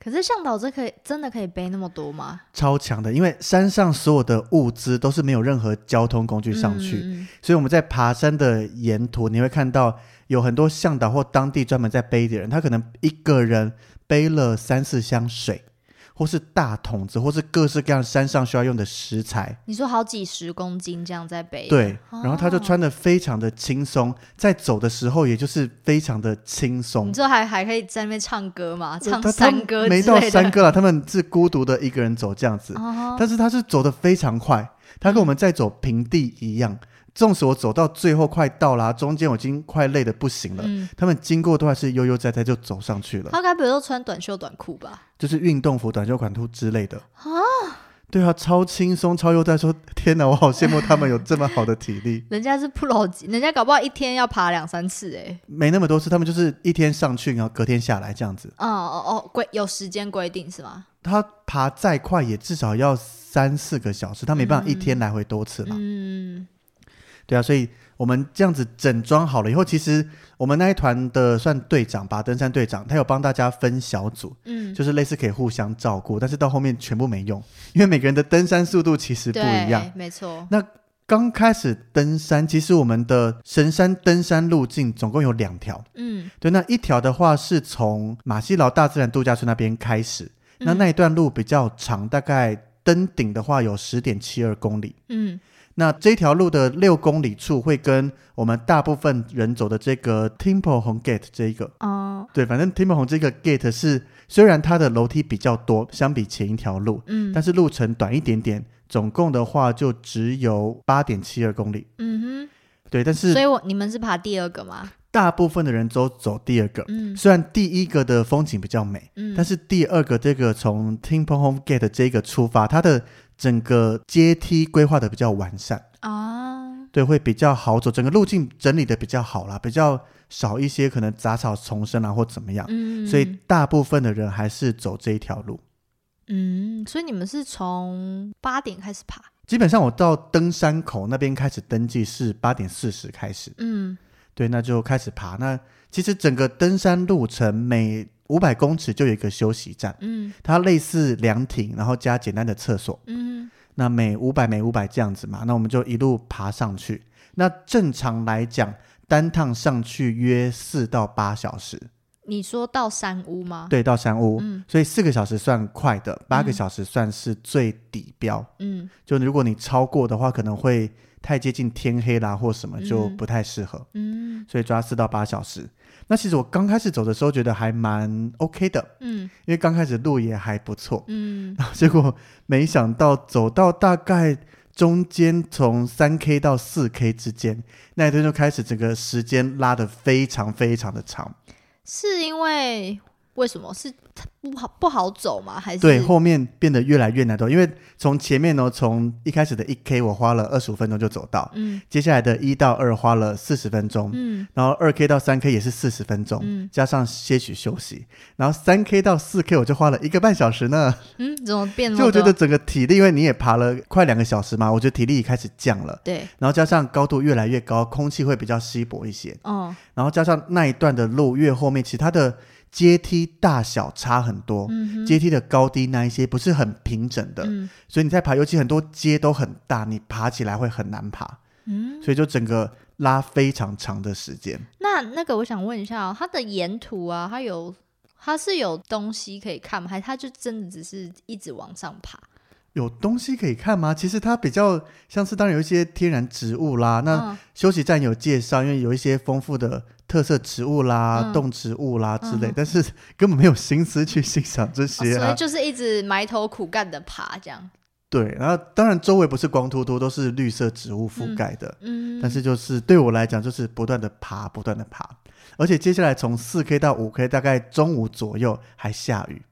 S1: 可是向导这可以真的可以背那么多吗？
S2: 超强的。因为山上所有的物资都是没有任何交通工具上去，
S1: 嗯，嗯
S2: 所以我们在爬山的沿途，你会看到有很多向导或当地专门在背的人，他可能一个人背了三四箱水，或是大桶子，或是各式各样山上需要用的食材。
S1: 你说好几十公斤这样在背，，
S2: 对，
S1: 哦
S2: 然后他就穿的非常的轻松，在走的时候也就是非常的轻松
S1: 你。之后还还可以在那边唱歌嘛，
S2: 呃他
S1: 唱
S2: 他
S1: 嗯山歌之
S2: 没
S1: 类
S2: 到
S1: 的。
S2: 山歌了，他们是孤独的一个人走这样子，
S1: 哦，
S2: 但是他是走的非常快，他跟我们在走平地一样。纵使我走到最后快到啦，中间我已经快累得不行了，
S1: 嗯，啊
S2: 他们经过都还是悠悠哉哉就走上去了，
S1: 他该不会都穿短袖短裤吧？。
S2: 就是运动服、短袖短裤之类的啊。对啊，超轻松，超悠哉。说天哪，我好羡慕他们有这么好的体力
S1: 人家是 pro 级，人家搞不好一天要爬两三次哎、
S2: 没那么多次，他们就是一天上去，然后隔天下来这样子。
S1: 哦哦哦，规有时间规定是吗？
S2: 他爬再快也至少要三四个小时，他没办法一天来回多次嘛。
S1: 嗯，
S2: 对啊，所以我们这样子整装好了以后，其实我们那一团的算队长吧，登山队长，他有帮大家分小组，
S1: 嗯，
S2: 就是类似可以互相照顾，但是到后面全部没用，因为每个人的登山速度其实不一样
S1: 对。，没错。
S2: 刚开始登山，其实我们的神山登山路径总共有两条，
S1: 嗯，
S2: 对，那一条的话是从马西劳大自然度假村那边开始，那
S1: 嗯
S2: 那一段路比较长，大概登顶的话有十点七二公里。
S1: 嗯
S2: 那这条路的六公里处会跟我们大部分人走的这个 Temple 红 Gate 这一个，
S1: 嗯哦
S2: 对，反正 Temple 红这个 Gate 是虽然它的楼梯比较多，相比前一条路，
S1: 嗯
S2: 但是路程短一点点，总共的话就只有八点七二公里。
S1: 嗯
S2: 对，但
S1: 哼，所
S2: 是
S1: 以我你们是爬第二个吗？
S2: 大部分的人都走第二个，
S1: 嗯
S2: 虽然第一个的风景比较美，
S1: 嗯，
S2: 但是第二个这个从 Temple Home Gate 这个出发，它的整个阶梯规划的比较完善，
S1: 啊，
S2: 对，会比较好走，整个路径整理的比较好啦，比较少一些可能杂草丛生啊或怎么样，
S1: 嗯，
S2: 所以大部分的人还是走这一条路。
S1: 嗯，所以你们是从八点开始爬，
S2: 基本上我到登山口那边开始登记是八点四十开始，
S1: 嗯
S2: 对，那就开始爬。那其实整个登山路程每五百公尺就有一个休息站，
S1: 嗯
S2: 它类似凉亭，然后加简单的厕所。
S1: 嗯
S2: 那每五百每五百这样子嘛，那我们就一路爬上去。那正常来讲，单趟上去约四到八小时，
S1: 你说到山屋吗？
S2: 对，到山屋。
S1: 嗯
S2: 所以四个小时算快的，八个
S1: 嗯
S2: 小时算是最底标。
S1: 嗯
S2: 就如果你超过的话，可能会太接近天黑啦或什么，就
S1: 嗯
S2: 不太适合。
S1: 嗯
S2: 所以抓四到八小时。那其实我刚开始走的时候觉得还蛮 OK 的，
S1: 嗯
S2: 因为刚开始路也还不错。
S1: 嗯，
S2: 结果没想到走到大概中间，从三 K 到四 K 之间，那一段就开始整个时间拉得非常非常的长。
S1: 是因为为什么是它不好不好走吗？还是
S2: 对，后面变得越来越难走，因为从前面呢，从一开始的一 K 我花了二十五分钟就走到，
S1: 嗯
S2: 接下来的一到二花了四十分钟，
S1: 嗯
S2: 然后二 K 到三 K 也是四十分钟，
S1: 嗯
S2: 加上些许休息，然后三 K 到四 K 我就花了一个半小时呢。
S1: 嗯，怎么变那
S2: 就
S1: 么
S2: 我觉得
S1: 多？
S2: 整个体力，因为你也爬了快两个小时嘛，我觉得体力也开始降了。
S1: 对，
S2: 然后加上高度越来越高，空气会比较稀薄一些，
S1: 哦
S2: 然后加上那一段的路越后面，其他的阶梯大小差很多，
S1: 嗯哼
S2: 阶梯的高低那一些不是很平整的，
S1: 嗯
S2: 所以你在爬，尤其很多阶都很大，你爬起来会很难爬，
S1: 嗯，
S2: 所以就整个拉非常长的时间。
S1: 那那个我想问一下、哦，它的沿途啊，它有它是有东西可以看吗？还是它就真的只是一直往上爬？
S2: 有东西可以看吗？其实它比较像是，当然有一些天然植物啦，那
S1: 嗯
S2: 休息站有介绍，因为有一些丰富的特色植物啦、
S1: 嗯
S2: 动植物啦之类，
S1: 嗯
S2: 但是根本没有心思去欣赏这些
S1: 哦所
S2: 啊
S1: 以。就是一直埋头苦干的爬这样。
S2: 对，然后当然周围不是光秃秃，都是绿色植物覆盖的，
S1: 嗯，
S2: 但是就是对我来讲，就是不断的爬，不断的爬，而且接下来从四 K 到五 K，大概中午左右还下雨。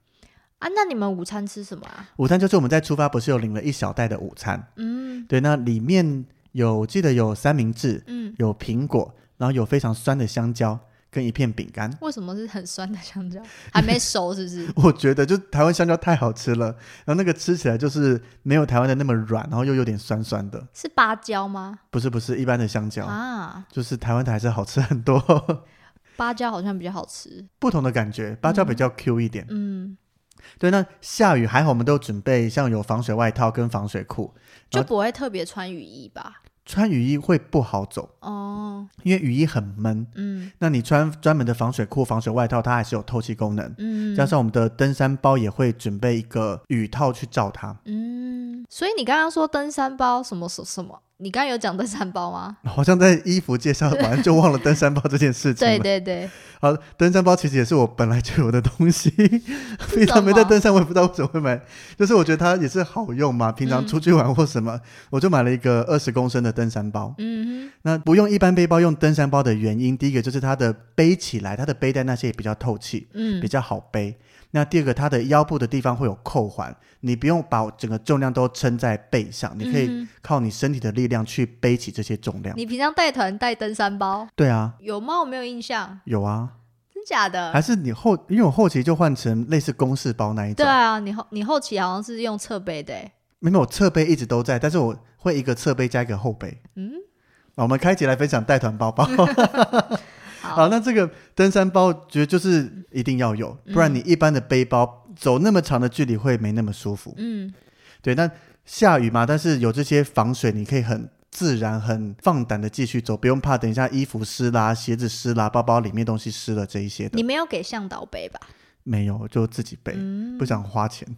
S1: 啊，那你们午餐吃什么啊？
S2: 午餐就是我们在出发不是有领了一小袋的午餐，
S1: 嗯
S2: 对，那里面有记得有三明治，
S1: 嗯，
S2: 有苹果，然后有非常酸的香蕉跟一片饼干。
S1: 为什么是很酸的香蕉？还没熟是不是？
S2: 我觉得就台湾香蕉太好吃了，然后那个吃起来就是没有台湾的那么软，然后又有点酸酸的。
S1: 是芭蕉吗？
S2: 不是不是一般的香蕉，
S1: 啊，
S2: 就是台湾的还是好吃很多，
S1: 芭蕉好像比较好吃。
S2: 不同的感觉。芭蕉比较 Q 一点。
S1: 嗯，
S2: 对，那下雨还好，我们都有准备像有防水外套跟防水裤。
S1: 就不会特别穿雨衣吧？
S2: 穿雨衣会不好走，
S1: 哦，
S2: 因为雨衣很闷。
S1: 嗯
S2: 那你穿专门的防水裤、防水外套，它还是有透气功能。
S1: 嗯，
S2: 加上我们的登山包也会准备一个雨套去罩它。
S1: 嗯，所以你刚刚说登山包什么什什么？你刚刚有讲登山包吗？
S2: 好像在衣服介绍完就忘了登山包这件事情了。
S1: 对对对，
S2: 好，登山包其实也是我本来就有的东西，
S1: 么
S2: 平常没在登山，我也不知道为什么会买。就是我觉得它也是好用嘛，平常
S1: 嗯
S2: 出去玩或什么，我就买了一个二十公升的登山包。
S1: 嗯
S2: 那不用一般背包，用登山包的原因，第一个就是它的背起来，它的背带那些也比较透气，
S1: 哼嗯
S2: 比较好背。那第二个，它的腰部的地方会有扣环，你不用把整个重量都撑在背上，你可以
S1: 嗯
S2: 靠你身体的力量去背起这些重量
S1: 哼。你平常带团带登山包
S2: 对啊，
S1: 有吗？我没有印象，
S2: 有啊，
S1: 真假的？
S2: 还是你后，因为我后期就换成类似公式包那一种
S1: 对，啊，你后你后期好像是用侧背的欸，
S2: 没有我侧背一直都在，但是我会一个侧背加一个后背。
S1: 嗯，
S2: 那我们开集来分享带团包包。 好，
S1: 好，
S2: 那这个登山包觉得就是一定要有，
S1: 嗯
S2: 不然你一般的背包走那么长的距离会没那么舒服。
S1: 嗯
S2: 对，那下雨嘛，但是有这些防水，你可以很自然、很放胆的继续走，不用怕等一下衣服湿啦、鞋子湿啦、包包里面东西湿了这一些的
S1: 你。没有给向导背吧？
S2: 没有，就自己背，
S1: 嗯
S2: 不，想花钱。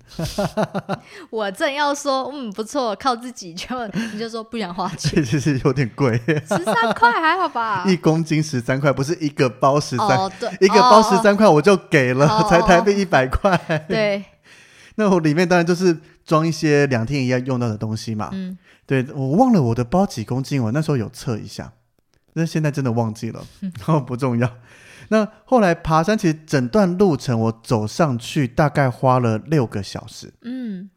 S1: 我正要说，嗯，不错，靠自己就你就说不想花钱，
S2: 这其实有点贵，
S1: 十三块还好吧？
S2: 一公斤十三块，不是一个包十三、
S1: 啊哦，对，
S2: 一个包
S1: 哦
S2: 十，三块我就给了，
S1: 哦哦
S2: 才台币一百块。
S1: 哦 对，
S2: 那我里面当然就是装一些两天一夜用到的东西嘛。
S1: 嗯，
S2: 对我忘了我的包几公斤，我那时候有测一下，但是现在真的忘记了，
S1: 嗯
S2: 然后不重要。那后来爬山，其实整段路程我走上去大概花了六个小时，
S1: 嗯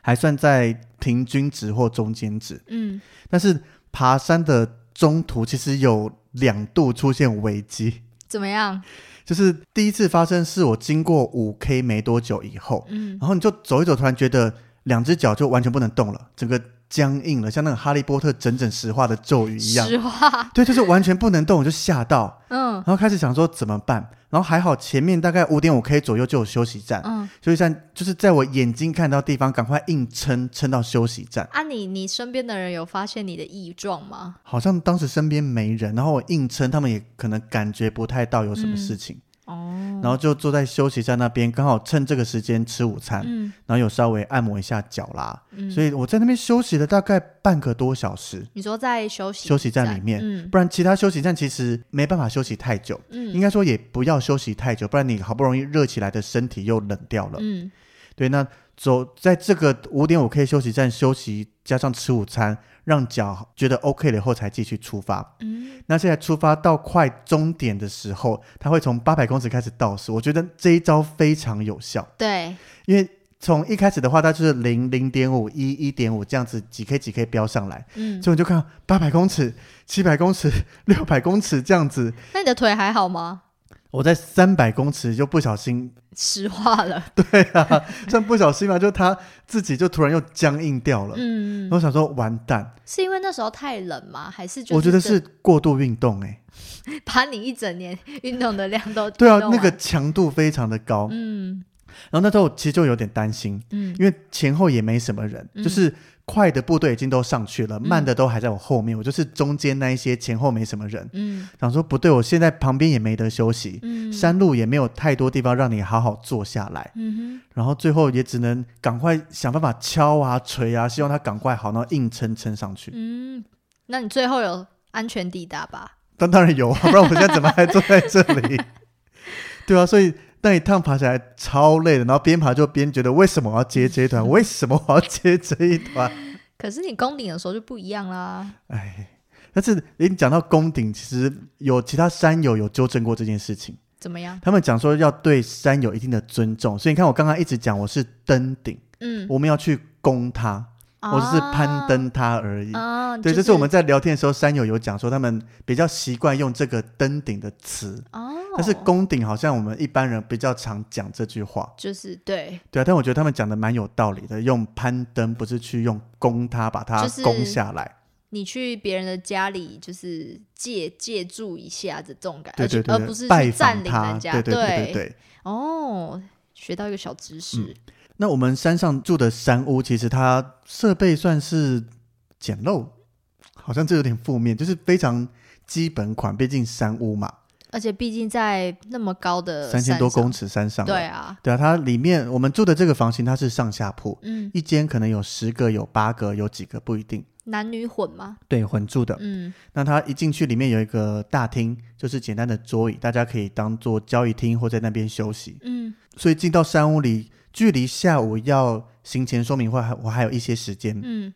S2: 还算在平均值或中间值。
S1: 嗯，
S2: 但是爬山的中途其实有两度出现危机，
S1: 怎么样？
S2: 就是第一次发生是我经过五 K 没多久以后，
S1: 嗯，
S2: 然后你就走一走，突然觉得两只脚就完全不能动了，整个僵硬了，像那个哈利波特整整石化的咒语一样。
S1: 实话，
S2: 对，就是完全不能动，我就吓到，
S1: 嗯
S2: 然后开始想说怎么办，然后还好前面大概五点五 K 左右就有休息站，
S1: 嗯，
S2: 休息站就是在我眼睛看到地方，赶快硬撑撑到休息站。
S1: 啊你，你身边的人有发现你的异状吗？
S2: 好像当时身边没人，然后我硬撑，他们也可能感觉不太到有
S1: 嗯
S2: 什么事情，
S1: 哦，
S2: 然后就坐在休息站那边，刚好趁这个时间吃午餐，
S1: 嗯
S2: 然后有稍微按摩一下脚啦，
S1: 嗯，
S2: 所以我在那边休息了大概半个多小时，
S1: 你说在休息
S2: 休息站里面，
S1: 嗯
S2: 不然其他休息站其实没办法休息太久，应
S1: 嗯
S2: 该说也不要休息太久，不然你好不容易热起来的身体又冷掉了。
S1: 嗯
S2: 对，那走在这个五点五 K 休息站休息，加上吃午餐，让脚觉得 OK 了以后才继续出发。
S1: 嗯，
S2: 那现在出发到快终点的时候，它会从八百公尺开始倒数，我觉得这一招非常有效。
S1: 对，
S2: 因为从一开始的话，它就是零零点五一一点五这样子几 K 几 K 标上来，
S1: 嗯，
S2: 所以你就看八百公尺、七百公尺、 六百公尺这样子。
S1: 那你的腿还好吗？
S2: 我在三百公尺就不小心，
S1: 实话了，
S2: 对啊，算不小心嘛，就他自己就突然又僵硬掉了。
S1: 嗯
S2: 然，后想说完蛋，
S1: 是因为那时候太冷吗？还是就
S2: 我觉得
S1: 真
S2: 是过度运动哎、
S1: 把你一整年运动的量都
S2: 对啊
S1: 运动，
S2: 那个
S1: 完
S2: 强度非常的高，
S1: 嗯
S2: 然后那时候其实就有点担心，
S1: 嗯
S2: 因为前后也没什么人，
S1: 嗯
S2: 就是快的部队已经都上去了，慢的都还在我后面，我就是中间那一些前后没什么人，
S1: 嗯
S2: 想说不对，我现在旁边也没得休息，
S1: 嗯
S2: 山路也没有太多地方让你好好坐下来，
S1: 嗯
S2: 然后最后也只能赶快想办法敲啊、锤啊，希望它赶快好，然后硬撑撑上
S1: 哼
S2: 去。
S1: 嗯，那你最后有安全抵达吧？
S2: 但当然有啊，不 然我现在怎么还坐在这里？ 对啊，所以那一趟爬起来超累的，然后边爬就边觉得为什么我要接这一团？为什么我要接这一团？
S1: 可是你攻顶的时候就不一样啦。
S2: 哎，但是你讲到攻顶，其实有其他山友有纠正过这件事情，
S1: 怎么样？
S2: 他们讲说要对山有一定的尊重，所以你看我刚刚一直讲我是登顶，
S1: 嗯，
S2: 我们要去攻它，我只是攀登它而已。
S1: 啊，啊
S2: 对，这
S1: 就
S2: 是我们在聊天的时候，山友有讲说他们比较习惯用这个登顶的词，
S1: 哦，
S2: 但是攻顶好像我们一般人比较常讲这句话。
S1: 就是对，
S2: 对啊，但我觉得他们讲的蛮有道理的，用攀登不是去用攻它，把它
S1: 就是
S2: 攻下来。
S1: 你去别人的家里就是借借住一下子这种感觉，
S2: 对对对，
S1: 而
S2: 对
S1: 不是
S2: 拜
S1: 去占
S2: 访
S1: 领
S2: 他，
S1: 人家。
S2: 对对对嗯对。
S1: 哦，学到一个小知识。
S2: 那我们山上住的山屋，其实它设备算是简陋，好像这有点负面，就是非常基本款，毕竟山屋嘛，
S1: 而且毕竟在那么高的
S2: 三千多
S1: 呃上
S2: 公尺山上了。
S1: 对啊，
S2: 对啊，它里面我们住的这个房型它是上下铺，
S1: 嗯，
S2: 一间可能有十个、有八个、有几个不一定，
S1: 男女混嘛，
S2: 对，混住的。
S1: 嗯
S2: 那它一进去里面有一个大厅，就是简单的桌椅，大家可以当做交易厅或在那边休息。
S1: 嗯
S2: 所以进到山屋里，距离下午要行前说明会还我还有一些时间，
S1: 嗯，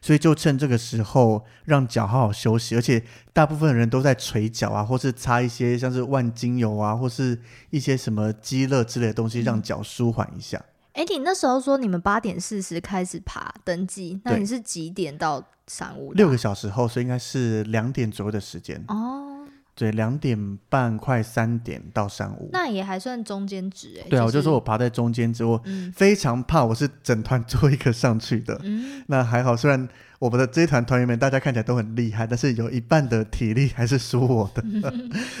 S2: 所以就趁这个时候让脚好好休息。而且大部分人都在捶脚啊，或是擦一些像是万金油啊，或是一些什么鸡肋之类的东西，
S1: 嗯
S2: 让脚舒缓一下。
S1: 哎、你那时候说你们八点四十开始爬登记，那
S2: 对
S1: 你是几点到山屋的啊？
S2: 六个小时后，所以应该是两点左右的时间，
S1: 哦，
S2: 对，两点半快三点到山屋。
S1: 那也还算中间值哎、
S2: 对啊，我
S1: 是
S2: 就说我爬在中间之后，
S1: 嗯
S2: 非常怕我是整团最后一个上去的。
S1: 嗯，
S2: 那还好，虽然我们的这一团团员们大家看起来都很厉害，但是有一半的体力还是输我 的。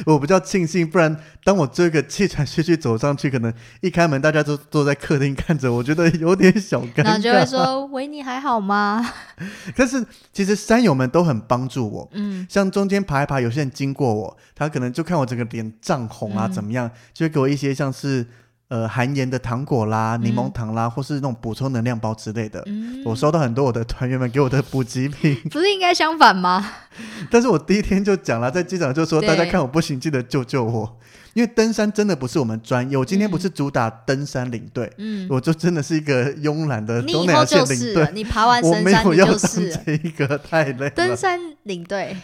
S2: 我比较庆幸，不然当我这个气喘吁吁走上去，可能一开门大家都坐在客厅看着，我觉得有点小尴
S1: 然后就会
S2: 尬。
S1: 说维尼还好吗？
S2: 但是其实山友们都很帮助我。
S1: 嗯
S2: 像中间爬一爬，有些人经过我，他可能就看我整个脸涨红啊，
S1: 嗯
S2: 怎么样，就会给我一些像是呃含盐的糖果啦、
S1: 嗯
S2: 柠檬糖啦，或是那种补充能量包之类的。
S1: 嗯，
S2: 我收到很多我的团员们给我的补给品，
S1: 不是应该相反吗？
S2: 但是我第一天就讲了，在机场就说
S1: 对
S2: 大家看我不行，记得救救我，因为登山真的不是我们专业，我今天不是主打登山领队，
S1: 嗯，
S2: 我就真的是一个慵懒的
S1: 你
S2: 嗯东
S1: 以
S2: 南
S1: 后
S2: 亚
S1: 就
S2: 线
S1: 是
S2: 领
S1: 了，
S2: 队，
S1: 你爬完
S2: 我
S1: 深
S2: 没
S1: 山
S2: 有
S1: 你
S2: 要
S1: 就
S2: 当
S1: 是了
S2: 这一个太累
S1: 登
S2: 了。
S1: 山领队。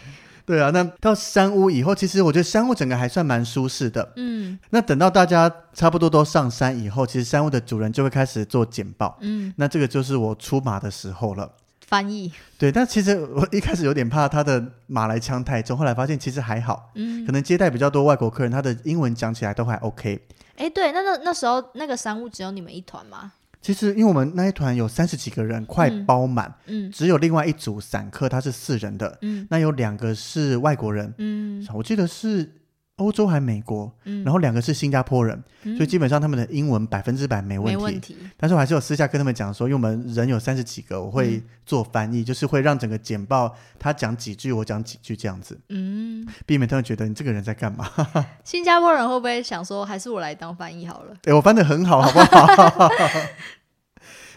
S2: 对啊，那到山屋以后，其实我觉得山屋整个还算蛮舒适的。
S1: 嗯
S2: 那等到大家差不多都上山以后，其实山屋的主人就会开始做简报，
S1: 嗯，
S2: 那这个就是我出马的时候了。
S1: 翻译。
S2: 对，但其实我一开始有点怕他的马来腔太重，后来发现其实还好，
S1: 嗯
S2: 可，能接待比较多外国客人，他的英文讲起来都还 OK。
S1: 哎、对，那那那时候那个山屋只有你们一团吗？
S2: 其实，因为我们那一团有三十几个人，快
S1: 嗯
S2: 包满，
S1: 嗯
S2: 只有另外一组散客，他是四人的，
S1: 嗯
S2: 那有两个是外国人，
S1: 嗯
S2: 我记得是欧洲还美国，
S1: 嗯，
S2: 然后两个是新加坡人，
S1: 嗯
S2: 所以基本上他们的英文百分之百没问
S1: 没
S2: 题。
S1: 问题。
S2: 但是我还是有私下跟他们讲说，因为我们人有三十几个，我会
S1: 嗯
S2: 做翻译，就是会让整个简报他讲几句，我讲几句这样子，
S1: 嗯，
S2: 避免他们觉得你这个人在干嘛。
S1: 新加坡人会不会想说，还是我来当翻译好了？
S2: 哎对我翻的很好，好不 好？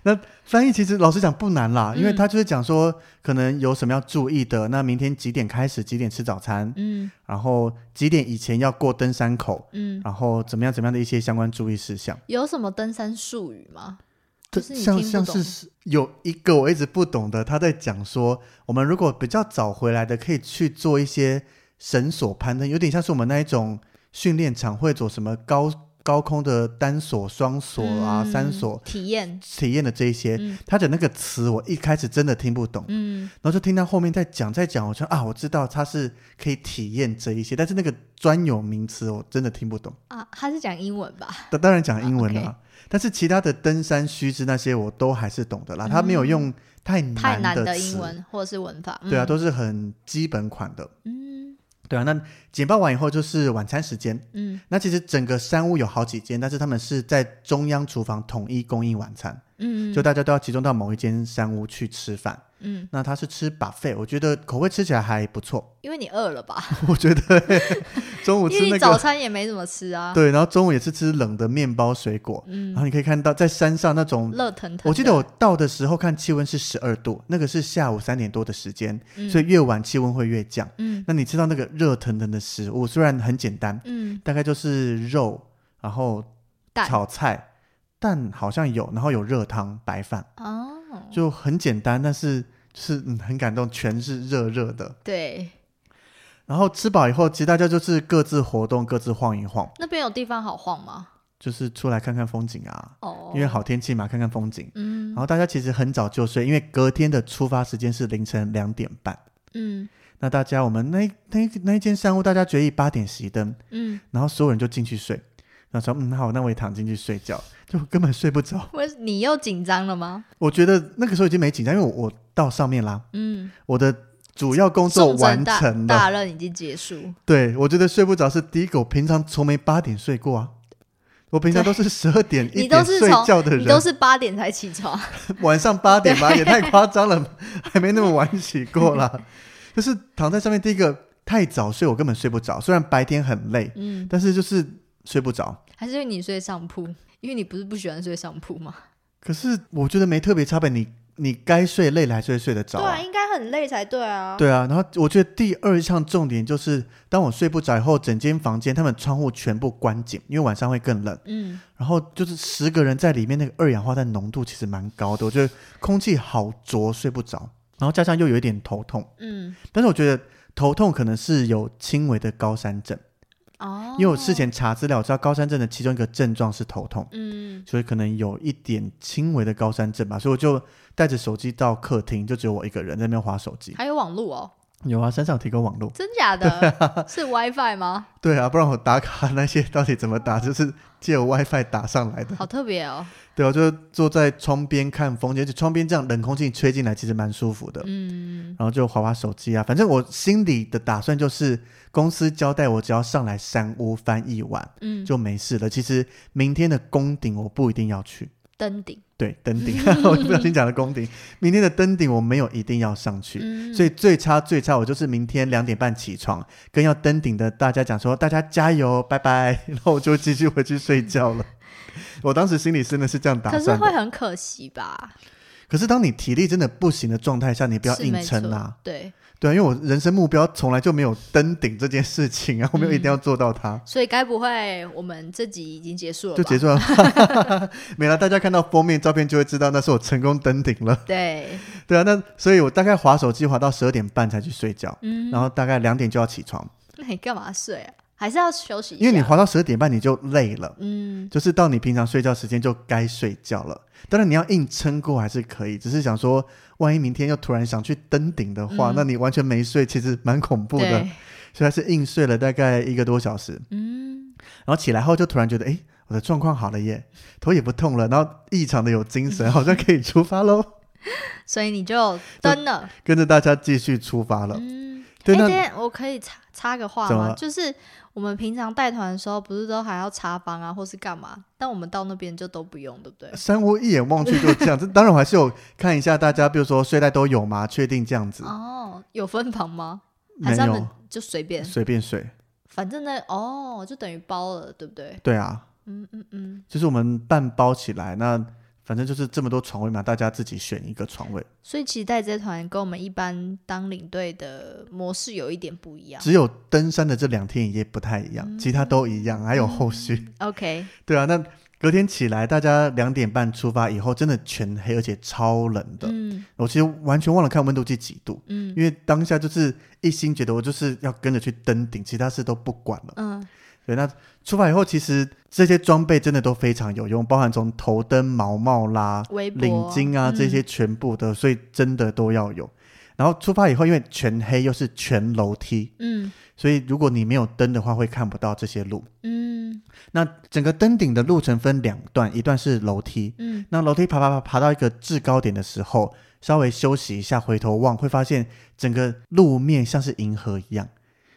S2: 那翻译其实老实讲不难啦，因为
S1: 嗯
S2: 他就是讲说可能有什么要注意的，那明天几点开始，几点吃早餐，
S1: 嗯
S2: 然后几点以前要过登山口，
S1: 嗯，
S2: 然后怎么样怎么样的一些相关注意事项。
S1: 有什么登山术语吗？
S2: 这
S1: 就是你
S2: 像
S1: 听不
S2: 像
S1: 懂
S2: 是有一个我一直不懂的，他在讲说，我们如果比较早回来的，可以去做一些绳索攀登，有点像是我们那一种训练场会做什么高高空的单索、双索啊、
S1: 嗯
S2: 三索
S1: 体验。
S2: 体验的这一些。
S1: 嗯
S2: 他的那个词我一开始真的听不懂，
S1: 嗯
S2: 然后就听他后面在讲在讲，我说啊，我知道他是可以体验这一些，但是那个专有名词我真的听不懂。
S1: 啊，他是讲英文吧？
S2: 当当然讲英文啦、
S1: 啊，OK
S2: 但是其他的登山须知那些我都还是懂的啦。他没有用太
S1: 嗯太
S2: 难
S1: 难
S2: 的
S1: 的
S2: 词，
S1: 英文或者是文法。
S2: 对啊，
S1: 嗯
S2: 都是很基本款的。
S1: 嗯
S2: 对啊，那简报完以后就是晚餐时间。
S1: 嗯
S2: 那其实整个山屋有好几间，但是他们是在中央厨房统一供应晚餐，
S1: 嗯，
S2: 就大家都要集中到某一间山屋去吃饭。
S1: 嗯，
S2: 那他是吃 buffet，我觉得口味吃起来还不错。
S1: 因为你饿了吧？
S2: 我觉 得中午
S1: 因
S2: 吃
S1: 为
S2: 那
S1: 你早
S2: 个
S1: 餐也没怎么吃啊。
S2: 对，然后中午也是吃冷的面包水果，然
S1: 嗯，
S2: 后你可以看到在山上那种
S1: 热腾腾的。
S2: 我记得我到的时候看气温是十二度，那个是下午三点多的时间，
S1: 嗯，
S2: 所以越晚气温会越降。
S1: 嗯
S2: 那你吃到那个热腾腾的食物，虽然很简单，
S1: 嗯，
S2: 大概就是肉，然后
S1: 蛋
S2: 炒菜，蛋好像有，然后有热汤、白饭，
S1: 哦，
S2: 就很简单，但是就是、嗯、很感动，全是热热的。
S1: 对，
S2: 然后吃饱以后，其实大家就是各自活动，各自晃一晃，
S1: 那边有地方好晃吗？就是
S2: 出来看看风景啊，
S1: 哦，
S2: 因为，好天气嘛，看看风景。
S1: 嗯
S2: 然后大家其实很早就睡，因为隔天的出发时间是凌晨两点半。
S1: 嗯
S2: 那大家我们那那那一间山屋，大家决议八点熄灯，
S1: 嗯，
S2: 然后所有人就进去睡。然后说嗯好，那我也躺进去睡觉，就根本睡不着。
S1: 为你又紧张了吗？
S2: 我觉得那个时候已经没紧张，因为我我到上面啦，
S1: 嗯，
S2: 我的主要工作
S1: 重症
S2: 完
S1: 大
S2: 成了。
S1: 大任已经 结束，
S2: 对，我觉得睡不着是第一个，我平常从没八点睡过啊。我平常都是十二点
S1: 你
S2: 一
S1: 都
S2: 点
S1: 是
S2: 睡
S1: 从
S2: 觉的
S1: 你都
S2: 人，
S1: 是八点才起床。
S2: 晚上八点吧，也太夸张了， 还没那么晚起过啦。就是躺在上面，第一个太早睡，我根本睡不着。虽然白天很累，
S1: 嗯，
S2: 但是就是睡不着。
S1: 还是因为你睡上铺，因为你不是不喜欢睡上铺吗？
S2: 可是我觉得没特别差别，你你该睡累了还是会睡得着、啊。
S1: 应该很累才对啊。
S2: 对啊，然后我觉得第二项重点就是，当我睡不着以后，整间房间他们窗户全部关紧，因为晚上会更冷。
S1: 嗯，
S2: 然后就是十个人在里面，那个二氧化碳浓度其实蛮高的，我觉得空气好浊，睡不着。然后加上又有一点头痛，
S1: 嗯，
S2: 但是我觉得头痛可能是有轻微的高山症，
S1: 哦，
S2: 因为我事，前查资料知道高山症的其中一个症状是头痛，
S1: 嗯
S2: 所以可能有一点轻微的高山症吧，所以我就带着手机到客厅，就只有我一个人在那边划手机。
S1: 还有网络哦，
S2: 有啊，山上有提供网络。
S1: 真假
S2: 啊
S1: 的？是 WiFi 吗？
S2: 对啊，不然我打卡那些到底怎么打， 就是借由 WiFi 打上来的。
S1: 好特别哦，
S2: 对啊，就是坐在窗边看风景，而且窗边这样冷空气吹进来，其实蛮舒服的。
S1: 嗯
S2: 然后就划划手机啊，反正我心里的打算就是，公司交代我只要上来山屋翻译完
S1: 嗯，
S2: 就没事了。其实明天的宫顶我不一定要去，
S1: 登顶，
S2: 对，登 顶，我不小心讲了宫顶，明天的登顶我没有一定要上去。
S1: 嗯，
S2: 所以最差最差，我就是明天两点半起床，跟要登顶的大家讲说，大家加油，拜拜， 然后我就继续回去睡觉了。我当时心里真的是这样打
S1: 嗯可是
S2: 算的。
S1: 会很可惜吧？
S2: 可是当你体力真的不行的状态下，你不要
S1: 是
S2: 硬
S1: 没
S2: 撑
S1: 错
S2: 啊。
S1: 对，
S2: 对啊，因为我人生目标从来就没有登顶这件事情啊，我没有一定要做到它。
S1: 所以该不会我们这集已经结束了吧？
S2: 就结束了，没了。大 家看到封面照片就会知道，那是我成功登顶了。
S1: 对，
S2: 对啊，那所以我大概划手机划到十二点半才去睡觉，
S1: 嗯，
S2: 然后大概两点就要起床，
S1: 那你干嘛睡啊？还是要休息一下？
S2: 因为你划到十二点半你就累了。
S1: 嗯，
S2: 就是到你平常睡觉时间就该睡觉了。当然你要硬撑过还是可以，只是想说，万一明天又突然想去登顶的话，
S1: 嗯
S2: 那你完全没睡，其实蛮恐怖的。
S1: 对，
S2: 所以还是硬睡了大概一个多小时，
S1: 嗯，
S2: 然后起来后就突然觉得，诶，我的状况好了耶，头也不痛了，然后异常的有精
S1: 嗯
S2: 神，好像可以出发喽，
S1: 所以你就登了。
S2: 跟着大家继续出发了。
S1: 嗯，哎、
S2: 对，那
S1: 等一下我可以插插个话
S2: 怎么
S1: 吗？
S2: 了
S1: 就是我们平常带团的时候，不是都还要查房啊，或是干嘛？但我们到那边就都不用，对不对？
S2: 山屋一眼望去就这 样，这当然我还是有看一下大家，比如说睡袋都有吗？确定这样子，
S1: 哦，有分房吗？还
S2: 没
S1: 是他们
S2: 有，
S1: 就随便？
S2: 随便睡。
S1: 反正呢，哦，就等于包了，对不对？
S2: 对啊，
S1: 嗯嗯嗯。
S2: 就是我们半包起来，那反正就是这么多床位嘛，大家自己选一个床位，
S1: 所以其实带这团跟我们一般当领队的模式有一点不一样。
S2: 只有登山的这两天一夜不太一样，
S1: 嗯
S2: 其他都一样，还有后续。
S1: OK，
S2: 对啊，那隔天起来，大家两点半出发以后，真的全黑，而且超冷的。
S1: 嗯
S2: 我其实完全忘了看温度计几度，
S1: 嗯
S2: 因为当下就是一心觉得我就是要跟着去登顶，其他事都不管了。
S1: 嗯，
S2: 对，那出发以后，其实这些装备真的都非常有用，包含从头灯、毛帽啦，
S1: 围脖
S2: 领巾
S1: 嗯
S2: 啊这些，全部的，所以真的都要有。然后出发以后，因为全黑又是全楼梯，
S1: 嗯
S2: 所以如果你没有灯的话，会看不到这些路。
S1: 嗯
S2: 那整个登顶的路程分两段，一段是楼梯，
S1: 嗯
S2: 那楼梯爬爬爬爬到一个制高点的时候，稍微休息一下，回头望，会发现整个路面像是银河一样，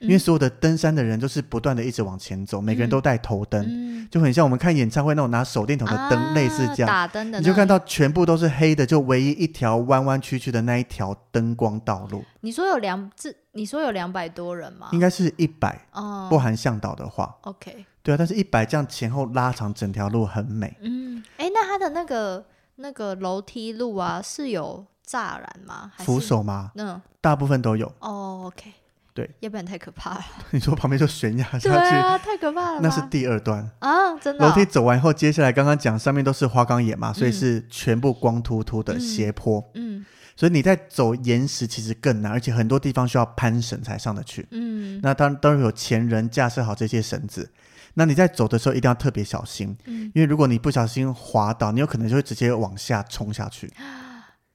S1: 嗯
S2: 因为所有的登山的人都是不断的一直往前走，每个人都带头灯，
S1: 嗯，
S2: 就很像我们看演唱会那种拿手电筒的灯，类似这样。
S1: 啊打灯的那
S2: 你
S1: 种，
S2: 就看到全部都是黑的，就唯一一条弯弯曲曲的那一条灯光道路，
S1: 你说有两这，你说有两百多人吗？
S2: 应该是一百、
S1: 啊哦
S2: 不含向导的话，
S1: ，OK，
S2: 对啊，但是一百这样前后拉长整条路很美，
S1: 嗯，哎，那它的那个那个楼梯路啊，是有栅栏吗？还是
S2: 扶？手嘛，
S1: 嗯，
S2: 大部分都有。
S1: 哦，OK，
S2: 对，
S1: 要不然太可怕了。
S2: 你说旁边就悬崖下去，
S1: 对啊，太可怕了吧。
S2: 那是第二段。
S1: 啊，真的哦
S2: 楼梯，走完以后，接下来刚刚讲上面都是花岗岩嘛，所以
S1: 嗯
S2: 是全部光秃秃的
S1: 嗯
S2: 斜坡，
S1: 嗯
S2: 所以你在走岩石其实更难，而且很多地方需要攀绳才上得去。
S1: 嗯
S2: 那当当然有前人架设好这些绳子，那你在走的时候一定要特别小心，
S1: 嗯。
S2: 因为如果你不小心滑倒，你有可能就会直接往下冲下去，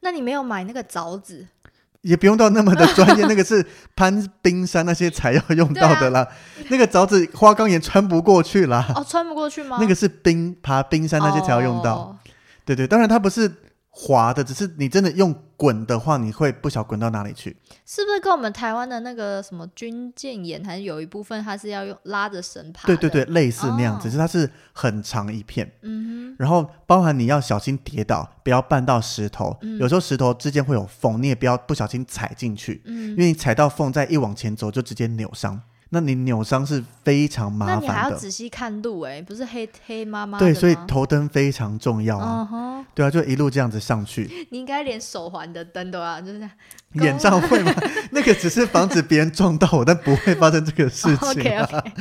S1: 那你没有买那个凿子？
S2: 也不用到那么的专业，那个是攀冰山那些才要用到 的啦。
S1: 啊
S2: 那个凿子花岗岩穿不过去啦，
S1: 哦，穿不过去吗？
S2: 那个是冰爬冰山那些才要用到。
S1: 哦
S2: 对对，当然它不是滑的，只是你真的用滚的话，你会不晓滚到哪里去。
S1: 是不是跟我们台湾的那个什么军舰岩，还是有一部分它是要用拉着绳爬？
S2: 对对，对，类似那样
S1: 哦
S2: 子，只是它是很长一片。
S1: 嗯
S2: 然后包含你要小心跌倒，不要绊到石头。
S1: 嗯
S2: 有时候石头之间会有缝，你也不要不小心踩进去，
S1: 哼，嗯
S2: 因，为你踩到缝再一往前走就直接扭伤。那你扭伤是非常
S1: 那
S2: 麻
S1: 你还
S2: 烦
S1: 要
S2: 的，
S1: 仔细看路哎、不是黑黑妈妈的
S2: 对，所以
S1: 吗
S2: 头灯非常重要啊。
S1: 嗯哼，
S2: 对啊，就一路这样子上去，
S1: 你应该连手环的灯都要，就是这样 高
S2: 演唱会 嘛，那个只是防止别人撞到我，但不会发生这个事 情、啊。
S1: OK OK，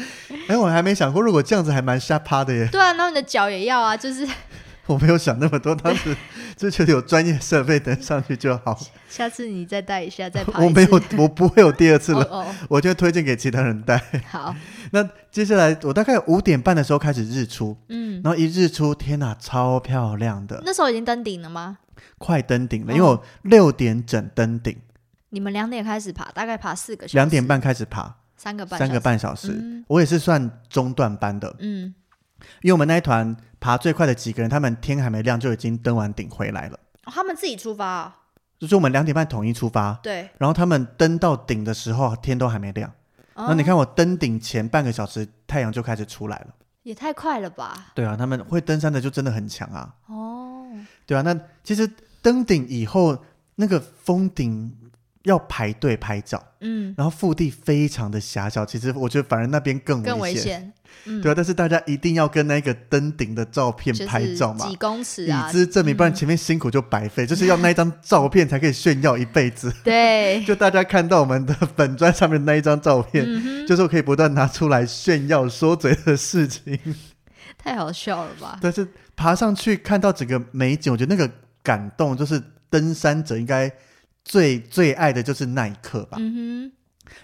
S2: 哎，我还没想过，如果这样子还蛮吓趴的耶！
S1: 对啊，然后你的脚也要啊，就是
S2: 我没有想那么多，当时就觉得有专业设备登上去就 好。
S1: 下次你再带一下，再爬一次。
S2: 我没有，我不会有第二次了，
S1: 哦
S2: 我就推荐给其他人带。
S1: 哦，好，
S2: 那接下来我大概五点半的时候开始日出，
S1: 嗯，
S2: 然后一日出，天哪，超漂亮的，
S1: 那时候已经登顶了吗？
S2: 快登顶了，
S1: 哦
S2: 因为我六点整登顶，
S1: 你们两点开始爬，大概爬四个小时，
S2: 两点，半开始爬，
S1: 三个半，
S2: 三个，半小时。
S1: 嗯
S2: 我也是算中段班的，
S1: 嗯，
S2: 因为我们那一团爬最快的几个人，他们天还没亮就已经登完顶回来了，
S1: 哦他们自己出发啊、
S2: 就是我们两点半统一出发，
S1: 对，
S2: 然后他们登到顶的时候，天都还没亮。
S1: 哦
S2: 然后你看，我登顶前半个小时，太阳就开始出来了。
S1: 也太快了吧？
S2: 对啊，他们会登山的就真的很强啊。
S1: 哦，
S2: 对啊，那其实登顶以后，那个峰顶要排队拍照，
S1: 嗯，
S2: 然后腹地非常的狭小，其实我觉得反而那边更
S1: 更危
S2: 险。
S1: 险，嗯，
S2: 对啊，但是大家一定要跟那个登顶的照片
S1: 就是
S2: 拍照嘛
S1: 几，公尺啊
S2: 以，资证明，不然前面辛苦就白费，就是要那一张照片才可以炫耀一辈 子。
S1: 对，
S2: 就大家看到我们的粉砖上面那一张照片，
S1: 嗯哼，
S2: 就是我可以不断拿出来炫耀说嘴的事情。
S1: 太好笑了吧？
S2: 但是爬上去看到整个美景，我觉得那个感动就是登山者应该最最爱的就是那一刻吧。
S1: 嗯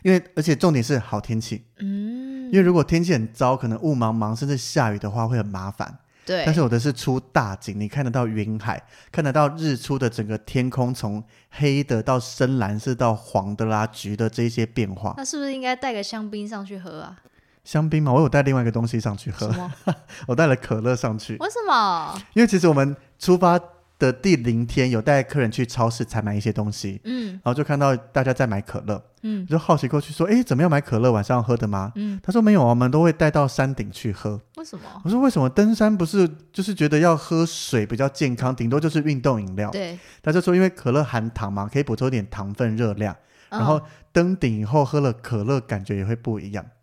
S2: 因为而且重点是好天气，
S1: 哼，嗯，
S2: 因为如果天气很糟，可能雾茫茫甚至下雨的话会很麻烦。
S1: 对，
S2: 但是有的是出大景，你看得到云海，看得到日出的整个天空，从黑的到深蓝色到黄的啦、橘的这一些变化。
S1: 那是不是应该带个香槟上去 喝啊？
S2: 香槟嘛，我有带另外一个东西上去
S1: 什
S2: 喝，
S1: 么？
S2: 我带了可乐上去，
S1: 为什么？
S2: 因为其实我们出发的第零天有带客人去超市采买一些东西，
S1: 嗯
S2: 然后就看到大家在买可乐，
S1: 嗯
S2: 我就好奇过去说，诶，怎么样买可乐？晚上要喝的吗？
S1: 嗯，
S2: 他说没有啊，我们都会带到山顶去喝。
S1: 为什么？
S2: 我说为什么登山不是就是觉得要喝水比较健康，顶多就是运动饮料？
S1: 对，
S2: 他就说因为可乐含糖嘛，可以补充一点糖分热量，
S1: 嗯
S2: 然后登顶以后喝了可乐感觉也会不一样。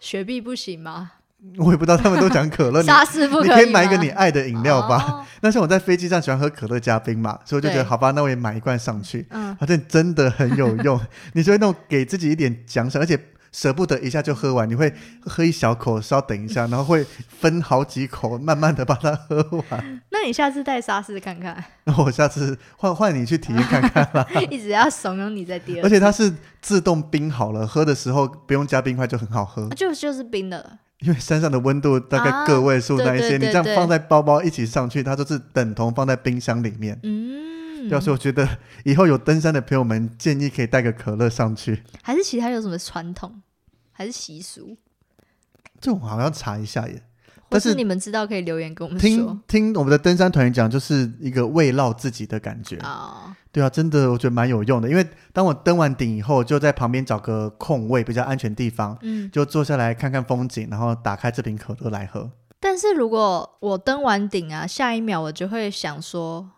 S1: 雪碧不行吗？
S2: 我也不知道他们都讲可 乐，你
S1: 沙士不
S2: 你
S1: 可
S2: 以买一个
S1: 吗
S2: 你爱的饮料吧。
S1: 哦
S2: 那像我在飞机上喜欢喝可乐加冰嘛，所以我就觉得
S1: 对
S2: 好吧，那我也买一罐上去，
S1: 嗯，
S2: 发现真的很有 用。你就会那种给自己一点奖赏，而且舍不得一下就喝完，你会喝一小口，稍等一下，然后会分好几口，慢慢的把它喝完。
S1: 那你下次带沙士看看，
S2: 那我下次换换你去体验看看，
S1: 一直要怂恿你再第
S2: 而
S1: 二，
S2: 且它是自动冰好了，喝的时候不用加冰块就很好喝
S1: 啊，就就是冰的，
S2: 因为山上的温度大概
S1: 啊
S2: 个位数
S1: 对
S2: 那一
S1: 对
S2: 些，你
S1: 对
S2: 这样
S1: 对
S2: 放在包包一起上去，它就是等同放在冰箱里面。
S1: 嗯
S2: 对啊，所以我觉得以后有登山的朋友们，建议可以带个可乐上 去。
S1: 还是其他有什么传统，还是习俗？
S2: 这我好像查一下耶，
S1: 或
S2: 但是
S1: 是你们知道可以留言跟我们说
S2: 听听我们的登山团员讲，就是一个慰劳自己的感觉。
S1: 啊、
S2: 对啊，真的我觉得蛮有用的，因为当我登完顶以后，就在旁边找个空位比较安全地方，
S1: 嗯。
S2: 就坐下来看看风景，然后打开这瓶可乐来喝。
S1: 但是如果我登完顶啊，下一秒我就会想说，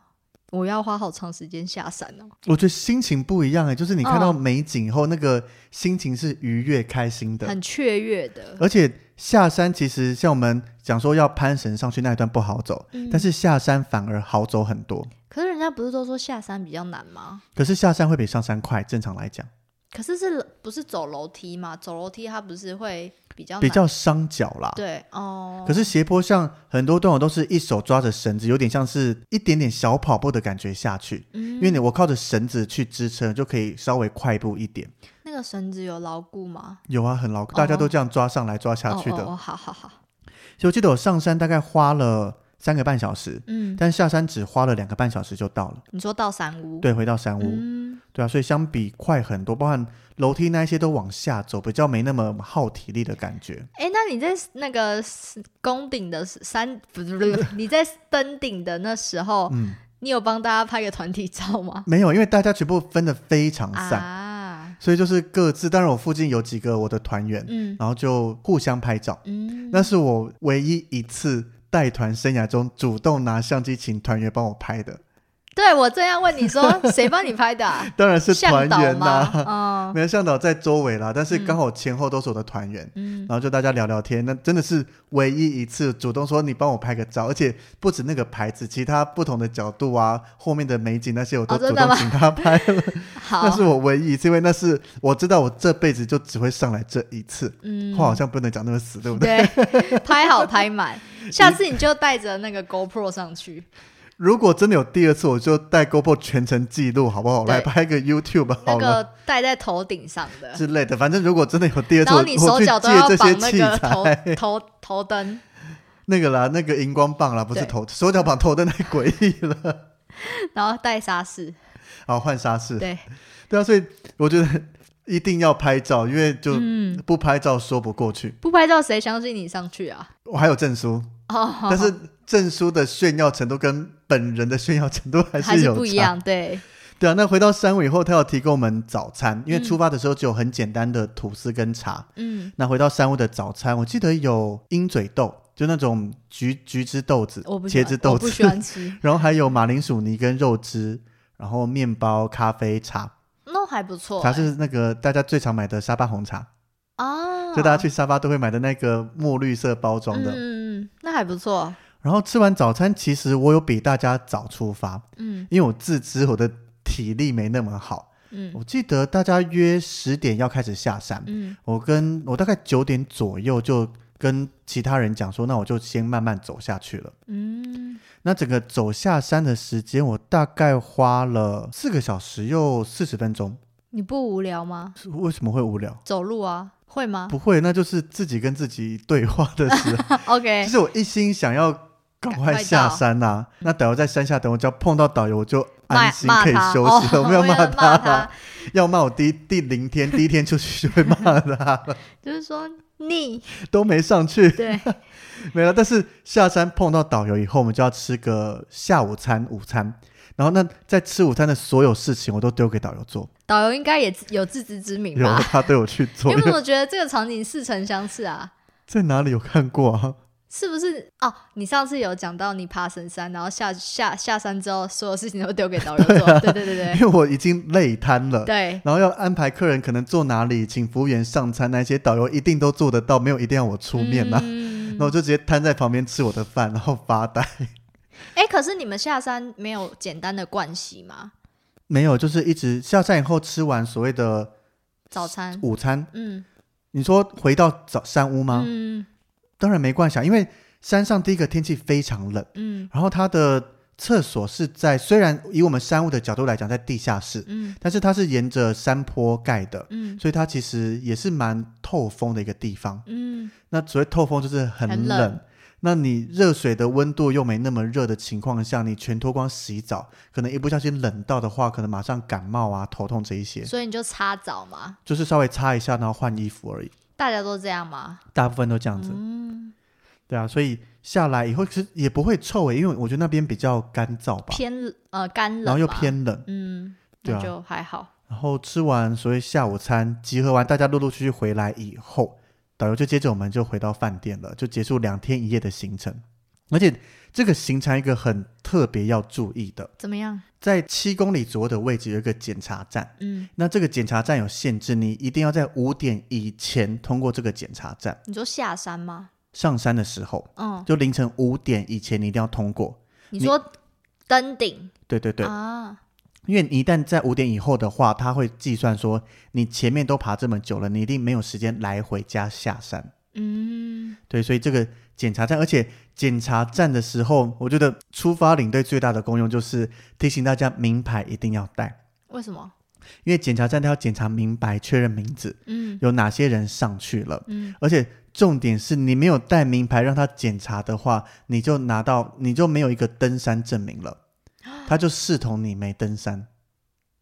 S1: 我要花好长时间下山哦。
S2: 我觉得心情不一样哎、就是你看到
S1: 哦
S2: 美景以后，那个心情是愉悦开心的。
S1: 很雀跃的。
S2: 而且下山其实像我们讲说要攀绳上去那一段不好走，
S1: 嗯
S2: 但是下山反而好走很多。
S1: 可是人家不是都说下山比较难吗？
S2: 可是下山会比上山快，正常来讲
S1: 可是是不是走楼梯嘛？走楼梯它不是会比较难
S2: 比较伤脚啦。
S1: 对哦。
S2: 可是斜坡上很多段我都是一手抓着绳子，有点像是一点点小跑步的感觉下去，
S1: 因
S2: 因为你我靠着绳子去支撑，就可以稍微快步一点。
S1: 那个绳子有牢固吗？
S2: 有啊，很牢，大家
S1: 哦
S2: 都这样抓上来抓下去的。
S1: 哦哦哦，好好好，
S2: 所以我记得我上山大概花了三个半小时，
S1: 嗯，
S2: 但下山只花了两个半小时就到了。
S1: 你说到山屋，，
S2: 对，回到山屋。
S1: 嗯，
S2: 对啊，所以相比快很多，包含楼梯那一些都往下走，比较没那么耗体力的感觉。
S1: 哎，那你在那个宫顶的山，不是不是，不是你在登顶的那时候，
S2: 嗯，
S1: 你有帮大家拍个团体照吗？
S2: 没有，因为大家全部分的非常散，
S1: 啊，
S2: 所以就是各自。当然，我附近有几个我的团员，
S1: 嗯
S2: 然后就互相拍照。
S1: 嗯，
S2: 那是我唯一一次带团生涯中主动拿相机请团员帮我拍的，
S1: 对我这样问 你说，谁帮你拍的啊、
S2: 当然是团
S1: 向导
S2: 员啊啦、
S1: 吗？ 哦
S2: 没有向导在周围啦，但是刚好前后都是我的团员。
S1: 嗯
S2: 然后就大家聊聊天，那真的是唯一一次主动说你帮我拍个照，而且不止那个牌子，其他不同的角度啊，后面的美景那些我都
S1: 哦
S2: 主
S1: 真的
S2: 动
S1: 吗
S2: 请他拍 了。
S1: 嗯，好
S2: 那，是我唯一一次，因为那是我知道我这辈子就只会上来这一次，
S1: 嗯
S2: 话好像不能讲那么死，对不对？
S1: 对，拍好拍 满，下次你就带着那个 GoPro 上去，
S2: 如果真的有第二次，我就带 GoPro 全程记录，好不好？我
S1: 对
S2: 来拍个 YouTube
S1: 那
S2: 好了。
S1: 个戴在头顶上 的，
S2: 之类的，反正如果真的有第二次，
S1: 然
S2: 我
S1: 后你手
S2: 我去
S1: 脚都
S2: 借
S1: 要
S2: 这些
S1: 绑那
S2: 器
S1: 个
S2: 材，
S1: 头头头灯，
S2: 那个啦，那个荧光棒啦，不是
S1: 对
S2: 头手脚绑头灯太诡异了。
S1: 然后戴沙士，
S2: 好，换沙士。
S1: 对，
S2: 对啊，所以我觉得 一定要拍照，因为就
S1: 嗯，
S2: 不拍照说不过去。
S1: 不拍照谁相信你上去啊？
S2: 我还有证书，
S1: 哦，
S2: 但是证书的炫耀程度跟本人的炫耀程度还
S1: 还
S2: 有
S1: 不一
S2: 差。
S1: 样，对，
S2: 对啊，那回到山尾以后，他有提供我们早餐，因为
S1: 嗯
S2: 出发的时候只有很简单的吐司跟茶。
S1: 嗯，
S2: 那回到山屋的早餐，我记得有鹰嘴豆，就那种橘橘汁豆子、
S1: 我不喜
S2: 茄
S1: 欢
S2: 子豆
S1: 我
S2: 子，
S1: 不喜欢吃，
S2: 然后还有马铃薯泥跟肉汁，然后面包、咖啡、茶。
S1: 那还不错
S2: 茶
S1: 欸，
S2: 是那个大家最常买的沙巴红茶。
S1: 啊，
S2: 就大家去沙发都会买的那个墨绿色包装的。
S1: 嗯，嗯嗯，那还不错，
S2: 然后吃完早餐，其实我有比大家早出发，
S1: 嗯
S2: 因为我自知我的体力没那么好。
S1: 嗯
S2: 我记得大家约十点要开始下山，
S1: 嗯
S2: 我跟我大概九点左右就跟其他人讲说，那我就先慢慢走下去了。
S1: 嗯，
S2: 那整个走下山的时间，我大概花了四个小时又四十分钟。
S1: 你不无聊吗？
S2: 为什么会无聊？
S1: 走路啊，会吗
S2: 不会，那就是自己跟自己对话的时候。
S1: ？OK，
S2: 就是我一心想要赶快下山呐、那导游在山下等我，只要碰到导游我就安
S1: 骂
S2: 心
S1: 骂
S2: 可以
S1: 他
S2: 休
S1: 哦
S2: 息了。我没有
S1: 我
S2: 骂
S1: 要
S2: 他
S1: 骂
S2: 啦，要骂我第一第零天，第一天出去就会骂 他，
S1: 就是说腻，
S2: 都没上去，
S1: 对，
S2: 没了。但是下山碰到导游以后，我们就要吃个下午餐、午餐。然后那在吃午餐的所有事情，我都丢给导游做，
S1: 导游应该也有自知之明
S2: 有
S1: 吧？
S2: 他对我去做
S1: 因。为我觉得这个场景似曾相识啊，
S2: 在哪里有看过啊？
S1: 是不是？哦，你上次有讲到你爬神山，然后下下下山之后，所有事情都丢给导游 做，对对对
S2: 因
S1: 对
S2: 为我已经累瘫了。
S1: 对，
S2: 然后要安排客人可能坐哪里，请服务员上餐，那些导游一定都做得到，没有一定要我出面啦。
S1: 嗯
S2: 那我就直接瘫在旁边吃我的饭，然后发呆。
S1: 哎、可是你们下山没有简单的盥洗吗？
S2: 没有，就是一直下山以后吃完所谓的
S1: 早餐，
S2: 午餐，
S1: 嗯
S2: 你说回到早山屋吗？
S1: 嗯
S2: 当然没关系，因为山上第一个天气非常冷，
S1: 嗯
S2: 然后它的厕所是在虽然以我们山屋的角度来讲在地下室，
S1: 嗯
S2: 但是它是沿着山坡盖的，
S1: 嗯
S2: 所以它其实也是蛮透风的一个地方。
S1: 嗯，
S2: 那所谓透风就是很冷。
S1: 很冷
S2: 那你热水的温度又没那么热的情况下，你全脱光洗澡，可能一不小心冷到的话，可能马上感冒啊、头痛这一些，
S1: 所以你就擦澡嘛，
S2: 就是稍微擦一下，然后换衣服而已。
S1: 大家都这样吗？
S2: 大部分都这样子。
S1: 嗯，
S2: 对啊，所以下来以后其实也不会臭欸诶、因为我觉得那边比较干燥吧，
S1: 偏呃干冷，
S2: 然后又，偏冷，
S1: 嗯，
S2: 对
S1: 那
S2: 啊
S1: 就还好。
S2: 然后吃完所谓下午餐，集合完大家陆陆续续回来以后，导游就接着我们就回到饭店了，就结束两天一夜的行程。而且这个行程一个很特别要注意的，
S1: 怎么样？
S2: 在七公里左右的位置有一个检查站，
S1: 嗯，
S2: 那这个检查站有限制，你一定要在五点以前通过这个检查站。
S1: 你说下山吗？
S2: 上山的时候，
S1: 嗯，
S2: 就凌晨五点以前你一定要通过。
S1: 你
S2: 你
S1: 说登顶
S2: 对对对，
S1: 啊？
S2: 因为你一旦在五点以后的话，他会计算说你前面都爬这么久了，你一定没有时间来回加下山。
S1: 嗯，
S2: 对，所以这个检查站，而且检查站的时候，我觉得出发领队最大的功用就是提醒大家名牌一定要带，
S1: 为什么？
S2: 因为检查站他要检查名牌，确认名字
S1: 嗯
S2: 有哪些人上去了，
S1: 嗯，
S2: 而且重点是你没有带名牌让他检查的话，你就拿到你就没有一个登山证明 了，他就视同你没登山。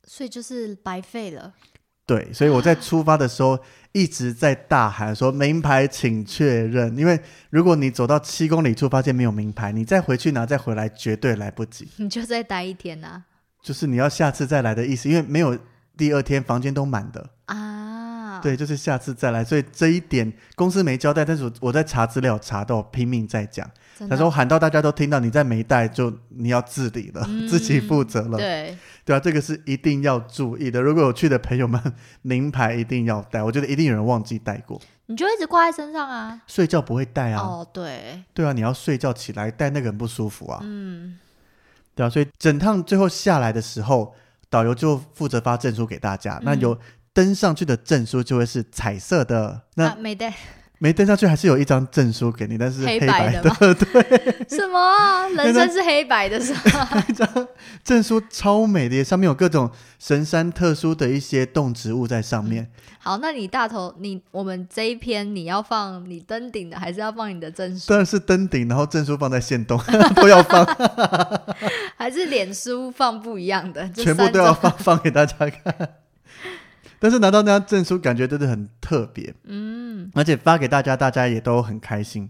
S1: 所以就是白费了。
S2: 对，所以我在出发的时候一直在大喊说：“名牌请确认！”因为如果你走到七公里处发现没有名牌，你再回去拿再回来绝对来不及。
S1: 你就再待一天啊呐、
S2: 就是你要下次再来的意思，因为没有第二天房间都满的。
S1: 啊！
S2: 对，就是下次再来。所以这一点公司没交代，但是我我在查资料查到拼命在讲。
S1: 真的，
S2: 他说喊到大家都听到，你再没带就你要自理了，
S1: 嗯
S2: 自己负责了。
S1: 对，
S2: 对啊，这个是一定要注意的。如果有去的朋友们， 名牌一定要带，我觉得一定有人忘记带过。
S1: 你就一直挂在身上啊。
S2: 睡觉不会带啊，
S1: 哦，对，
S2: 对啊，你要睡觉起来带那个很不舒服啊，
S1: 嗯，
S2: 对啊，所以整趟最后下来的时候，导游就负责发证书给大家。那
S1: 嗯
S2: 有登上去的证书就会是彩色的，那
S1: 啊、没 带
S2: 没登上去还是有一张证书给你，但是
S1: 黑
S2: 黑白
S1: 白 的吗？对，什么啊、人生是黑白的是吧？
S2: 那张证书超美的，上面有各种神山特殊的一些动植物在上面。
S1: 好，那你大头，你我们这一篇你要放你登顶的，还是要放你的 证书，
S2: 当然是登顶，然后证书放在线洞 都要放，
S1: 还是脸书放不一样的？这
S2: 全部
S1: 三
S2: 都要
S1: 种
S2: 放 放给大家看。但是拿到那张证书，感觉真的很特别，
S1: 嗯，
S2: 而且发给大家，大家也都很开心。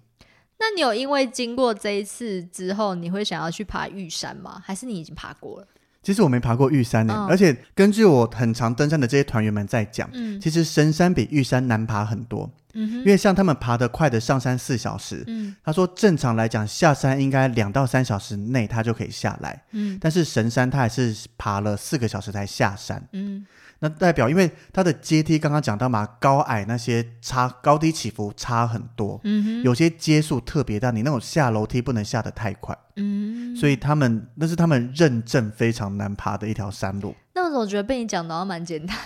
S1: 那你有因为经过这一次之后，你会想要去爬玉山吗？还是你已经爬过了？
S2: 其实我没爬过玉山呢、
S1: 嗯
S2: 而且根据我很常登山的这些团员们在讲，
S1: 嗯
S2: 其实神山比玉山难爬很多，
S1: 嗯哼
S2: 因为像他们爬得快的上山四小时，
S1: 嗯
S2: 他说正常来讲下山应该两到三小时内他就可以下来，
S1: 嗯
S2: 但是神山他还是爬了四个小时才下山。
S1: 嗯
S2: 那代表，因为它的阶梯刚刚讲到嘛，高矮那些差高低起伏差很多，
S1: 嗯哼
S2: 有些阶数特别大，你那种下楼梯不能下得太快，
S1: 嗯，
S2: 所以他们那是他们认证非常难爬的一条山路，
S1: 那我总觉得被你讲的蛮简单。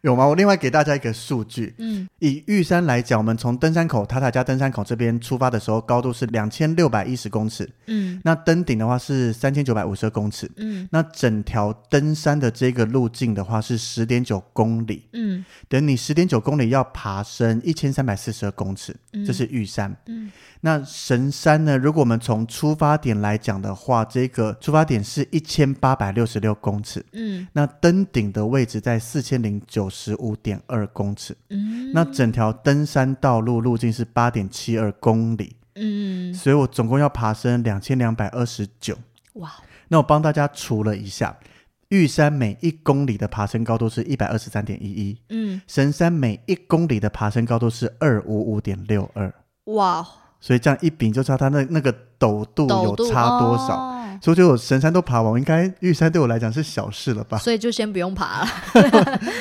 S2: 有吗？我另外给大家一个数据，
S1: 嗯
S2: 以玉山来讲，我们从登山口塔塔加登山口这边出发的时候，高度是两千六百一十公尺，
S1: 嗯
S2: 那登顶的话是三千九百五十公尺。
S1: 嗯
S2: 那整条登山的这个路径的话是十点九公里，
S1: 嗯
S2: 等你十点九公里要爬升一千三百四十二公尺，
S1: 嗯
S2: 这是玉山。
S1: 嗯
S2: 那神山呢？如果我们从出发点来讲的话，这个出发点是一千八百六十六公尺，
S1: 嗯
S2: 那登顶的位置在四千零九十五点二公尺。
S1: 嗯，
S2: 那整条登山道路路径是八点七二公里，
S1: 嗯
S2: 所以我总共要爬升两千两百二十九。
S1: 哇，哦
S2: 那我帮大家除了一下，玉山每一公里的爬升高度是一百二十三点一一。
S1: 嗯
S2: 神山每一公里的爬升高度是二五五点六二，
S1: 哇，哦
S2: 所以这样一比就知道它那那个陡度
S1: 陡度
S2: 有差多少。
S1: 少？
S2: 所以我觉得我神山都爬完，我应该玉山对我来讲是小事 了吧？
S1: 所以就先不用爬了。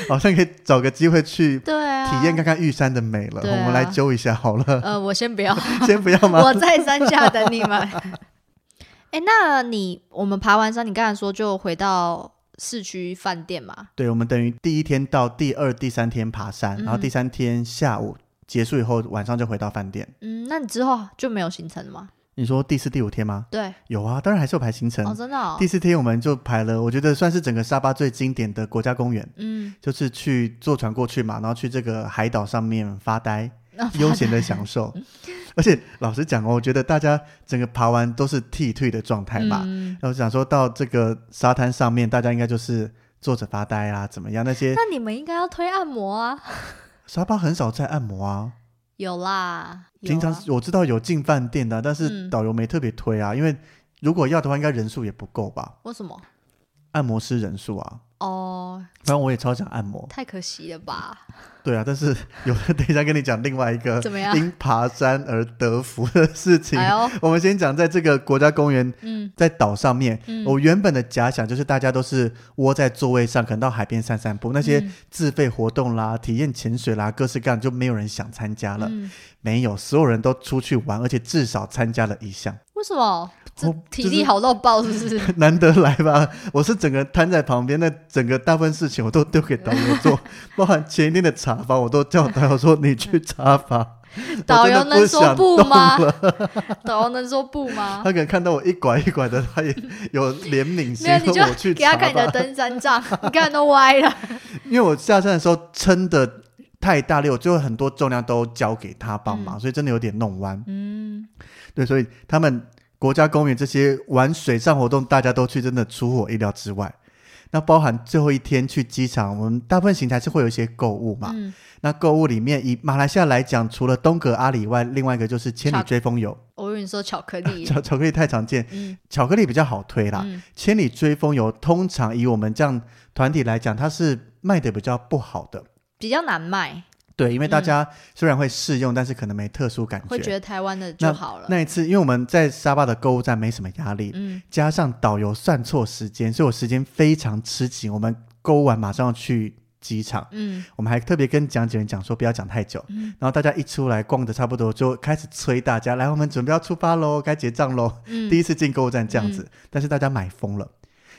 S2: 好像可以找个机会去
S1: 对啊，
S2: 体验看看玉山的美了。
S1: 对啊
S2: 我们来揪一下好 了，
S1: 呃，我先 不要，
S2: 先不要吗？
S1: 我在山下等你们。 哎、那你我们爬完山，你刚才说就回到市区饭店嘛？
S2: 对，我们等于第一天到第二、第三天爬山，
S1: 嗯
S2: 然后第三天下午结束以后，晚上就回到饭店。
S1: 嗯，那你之后就没有行程了吗？
S2: 你说第四、第五天吗？
S1: 对，
S2: 有啊，当然还是有排行程。
S1: 哦，真的、哦
S2: 第，四天我们就排了，我觉得算是整个沙巴最经典的国家公园。
S1: 嗯，
S2: 就是去坐船过去嘛，然后去这个海岛上面发呆，
S1: 那 发
S2: 悠闲的享受。而且老实讲哦，我觉得大家整个爬完都是剃退的状态嘛。
S1: 嗯
S2: 然后想说到这个沙滩上面，大家应该就是坐着发呆啊，怎么样？那些
S1: 那你们应该要推按摩啊，
S2: 沙巴很少在按摩啊，
S1: 有啦，有
S2: 平常
S1: 啊
S2: 我知道有进饭店的啊，但是
S1: 嗯
S2: 导游没特别推啊，因为如果要的话，应该人数也不够吧？
S1: 啊为什么？
S2: 按摩师人数啊，
S1: 哦，
S2: 反正我也超想按摩。
S1: 太可惜了吧？
S2: 对啊，但是有的等一下跟你讲另呃 外一个
S1: 怎么 样
S2: 因爬山而得福的事情。
S1: 哎呦，
S2: 我们先讲在这个国家公园
S1: 嗯
S2: 在岛上面，
S1: 嗯，
S2: 我原本的假想就是大家都是窝在座位上，可能到海边散散步。那些
S1: 嗯
S2: 自费活动啦、体验潜水啦、各式各样，就没有人想参加了。
S1: 嗯
S2: 没有，所有人都出去玩，而且至少参加了一项，
S1: 为什么？这
S2: 我哦
S1: 体
S2: 就是
S1: 力好到爆，是不 是？
S2: 难得来吧。我是整个瘫在旁边，那整个大部分事情我都丢给导游 做，包含前一天的查房，我都叫导游说你去查房。
S1: 导游
S2: 我真的
S1: 能说
S2: 想
S1: 不
S2: 动
S1: 吗
S2: 了？
S1: 导游能说不吗
S2: 他？可能看到我一拐一拐的，他 也有怜悯心
S1: 没有，，你
S2: 说我去
S1: 就给他
S2: 查
S1: 看你的
S2: 吧。
S1: 登山杖， 你看都歪了。
S2: 因为我下山的时候撑的太大力，我最后很多重量都交给他帮忙，所以真的有点弄弯。
S1: 嗯，
S2: 对，所以他们国家公园这些玩水上活动，大家都去，真的出乎我意料之外。那包含最后一天去机场，我们大部分行程还是会有一些购物嘛。
S1: 嗯
S2: 那购物里面，以马来西亚来讲，除了东格阿里以外，另外一个就是千里
S1: 巧
S2: 追风游，
S1: 我跟你说巧克 力，
S2: 巧巧克力太常见，
S1: 嗯
S2: 巧克力比较好推啦。
S1: 嗯
S2: 千里追风游通常以我们这样团体来讲，它是卖的比较不好的。
S1: 比较难卖，
S2: 对，因为大家虽然会试用，但是可能没特殊感
S1: 会觉
S2: 觉
S1: 得台湾的就好了。
S2: 那一次，因为我们在沙巴的购物站没什么压力，
S1: 嗯
S2: 加上导游算错时间，所以我时间非常吃紧。我们购物完马上要去机场，
S1: 嗯
S2: 我们还特别跟讲解员讲说不要讲太久。
S1: 嗯
S2: 然后大家一出来逛的差不多，就开始催大家来，我们准备要出发喽，该结账喽。第
S1: 嗯，
S2: 一次进购物站这样子，但是大家买疯了，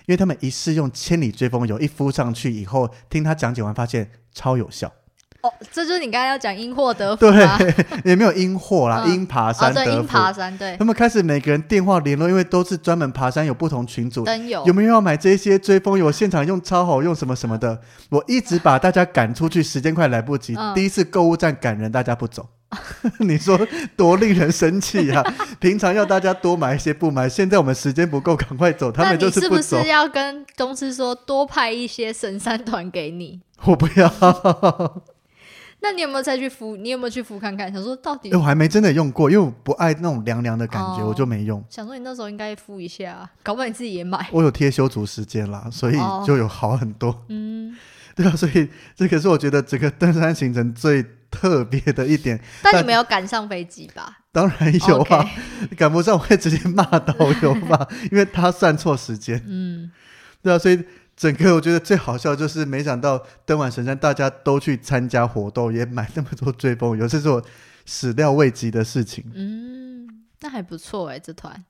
S2: 因为他们一试用千里追风油一敷上去以后，听他讲解完发现超有效，
S1: 哦，这就是你刚才要讲因祸得福
S2: 对
S1: 吗？，
S2: 也没有因祸啦，
S1: 嗯
S2: 因爬
S1: 啊，
S2: 山
S1: 对，
S2: 得
S1: 因
S2: 福。
S1: 爬山，对，
S2: 他们开始每个人电话联络，因为都是专门爬山，有不同群组，
S1: 灯友
S2: 有没有要买这些追风油？现场用超好用什么什么的，我一直把大家赶出去，时间快来不及。
S1: 嗯
S2: 第一次购物站赶人，大家不走， 你说多令人生气呀、平常要大家多买一些不买，现在我们时间不够，赶快走，他
S1: 那
S2: 们就
S1: 你是
S2: 不
S1: 不
S2: 走。
S1: 是要跟公司说多派一些神山团给你？
S2: 我不要，
S1: 那你有没有再去敷？你有没有去敷看看？想说到底
S2: 哎，我还没真的用过，因为我不爱那种凉凉的感觉，
S1: 哦
S2: 我就没用。
S1: 想说你那时候应该敷一下啊，搞不好你自己也买。
S2: 我有贴修足时间啦，所以
S1: 哦
S2: 就有好很多。
S1: 嗯，
S2: 对啊，所以这个是我觉得整个登山行程最特别的一点。
S1: 但
S2: 但
S1: 你没有赶上飞机吧？
S2: 当然有啊
S1: OK
S2: 赶不上我会直接骂导游吧，因为他算错时间。
S1: 嗯，
S2: 对啊，所以整个我觉得最好笑就是，没想到登完神山，大家都去参加活动，也买那么多追风油，这是我始料未及的事情。
S1: 嗯，那还不错哎、这团。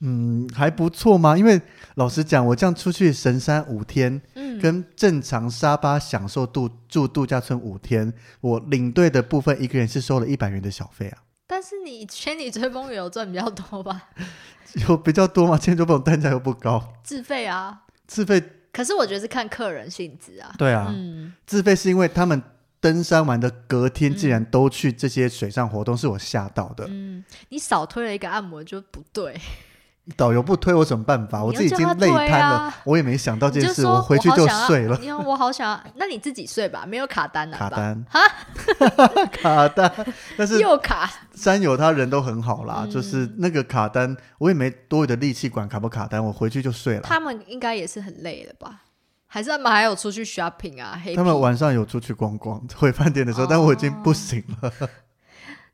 S2: 嗯，还不错嘛。因为老实讲，我这样出去神山五天，
S1: 嗯，
S2: 跟正常沙巴享受度住度假村五天，我领队的部分一个人是收了一百元的小费啊。
S1: 但是你千里追风有赚比较多吧？
S2: 有比较多吗？千九百单价又不高，
S1: 自费啊，
S2: 自费
S1: 可是我觉得是看客人性质啊。
S2: 对啊，
S1: 嗯，
S2: 自费是因为他们登山完的隔天竟然都去这些水上活动，是我吓到的。
S1: 嗯，你少推了一个按摩就不对，
S2: 导游不推我什么办法？
S1: 你
S2: 我
S1: 要
S2: 自己已经累
S1: 叫他推
S2: 瘫了，
S1: 啊
S2: 我也没想到这
S1: 你
S2: 件
S1: 就
S2: 事，
S1: 说
S2: 我回去
S1: 好
S2: 就
S1: 想要
S2: 睡 了。
S1: 你看我好想要，那你自己睡吧，没有卡单啊
S2: 卡
S1: 吧，
S2: 单， 卡单，但是
S1: 又卡，
S2: 山友他人都很好啦，
S1: 嗯
S2: 就是那个卡单，我也没多余的力气管卡不卡单，我回去就睡了。
S1: 他们应该也是很累了吧？还是他们还有出去 shopping 啊？黑
S2: 他们
S1: 皮
S2: 晚上有出去逛逛，回饭店的时候，但我已经
S1: 哦
S2: 不行了。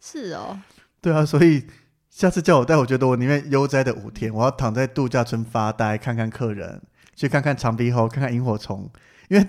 S1: 是哦，
S2: 对啊，所以下次叫我带，我觉得我宁愿悠哉的五
S1: 嗯
S2: 天，我要躺在度假村发呆，看看客人，去看看长鼻猴，看看萤火虫。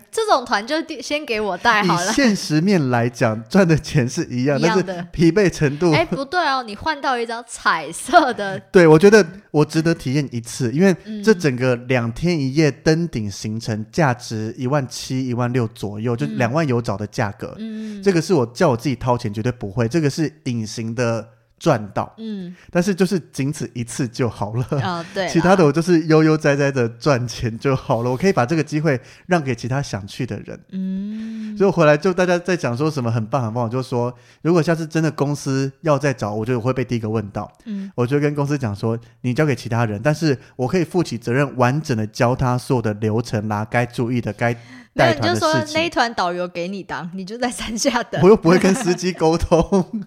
S1: 这种团就第先给我带好
S2: 以
S1: 了，
S2: 现实面来讲，赚的钱是一样，
S1: 一
S2: 但
S1: 样
S2: 是
S1: 的。
S2: 疲惫程度，
S1: 哎、不对哦，你换到一张彩色的，
S2: 对我觉得我值得体验一次，因为
S1: 嗯，
S2: 这整个两天一夜登顶行程价值一万七、一万六左右，就
S1: 嗯
S2: 两万有找的价格。
S1: 嗯
S2: 这个是我叫我自己掏钱绝对不会，这个是隐形的赚到，
S1: 嗯
S2: 但是就是仅此一次就好了。
S1: 啊、对啦，
S2: 其他的我就是悠悠哉哉的赚钱就好了，我可以把这个机会让给其他想去的人。
S1: 嗯，
S2: 所以我回来就大家在讲说什么很棒很棒，我就说如果下次真的公司要再找，我觉得我会被第一个问到，
S1: 嗯
S2: 我就跟公司讲说你交给其他人，但是我可以负起责任，完整的教他所有的流程啦、该注意的、该
S1: 没有
S2: 带
S1: 你就
S2: 团的
S1: 说
S2: 事
S1: 那一
S2: 情。
S1: 团导游给你当，你就在山下等
S2: 我。又不会跟司机沟通，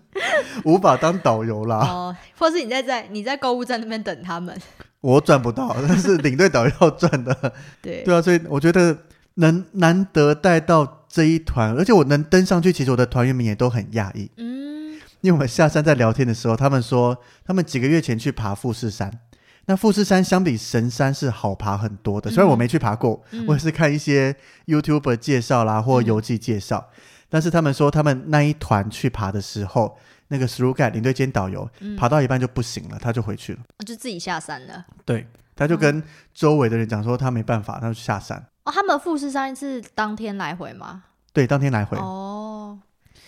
S2: 无法当导游 啦，
S1: 哦，或是你在在你在购物站那边等他们，
S2: 我赚不到，但是领队导游要赚的。
S1: 对，
S2: 对啊，所以我觉得能难得带到这一团，而且我能登上去，其实我的团员们也都很讶异，
S1: 嗯，
S2: 因为我们下山在聊天的时候，他们说他们几个月前去爬富士山。那富士山相比神山是好爬很多的，虽然我没去爬过，
S1: 嗯
S2: 我也是看一些 YouTuber 介绍啦或
S1: 嗯
S2: 游记介绍，但是他们说他们那一团去爬的时候，那个 s r u g a 领队兼导游、
S1: 嗯哦
S2: 爬到一半就不行了，他就回去了。
S1: 就自己下山了。
S2: 对，他就跟周围的人讲说他没办法，他就下山。
S1: 哦，他们富士山是当天来回吗？
S2: 对，当天来回。
S1: 哦，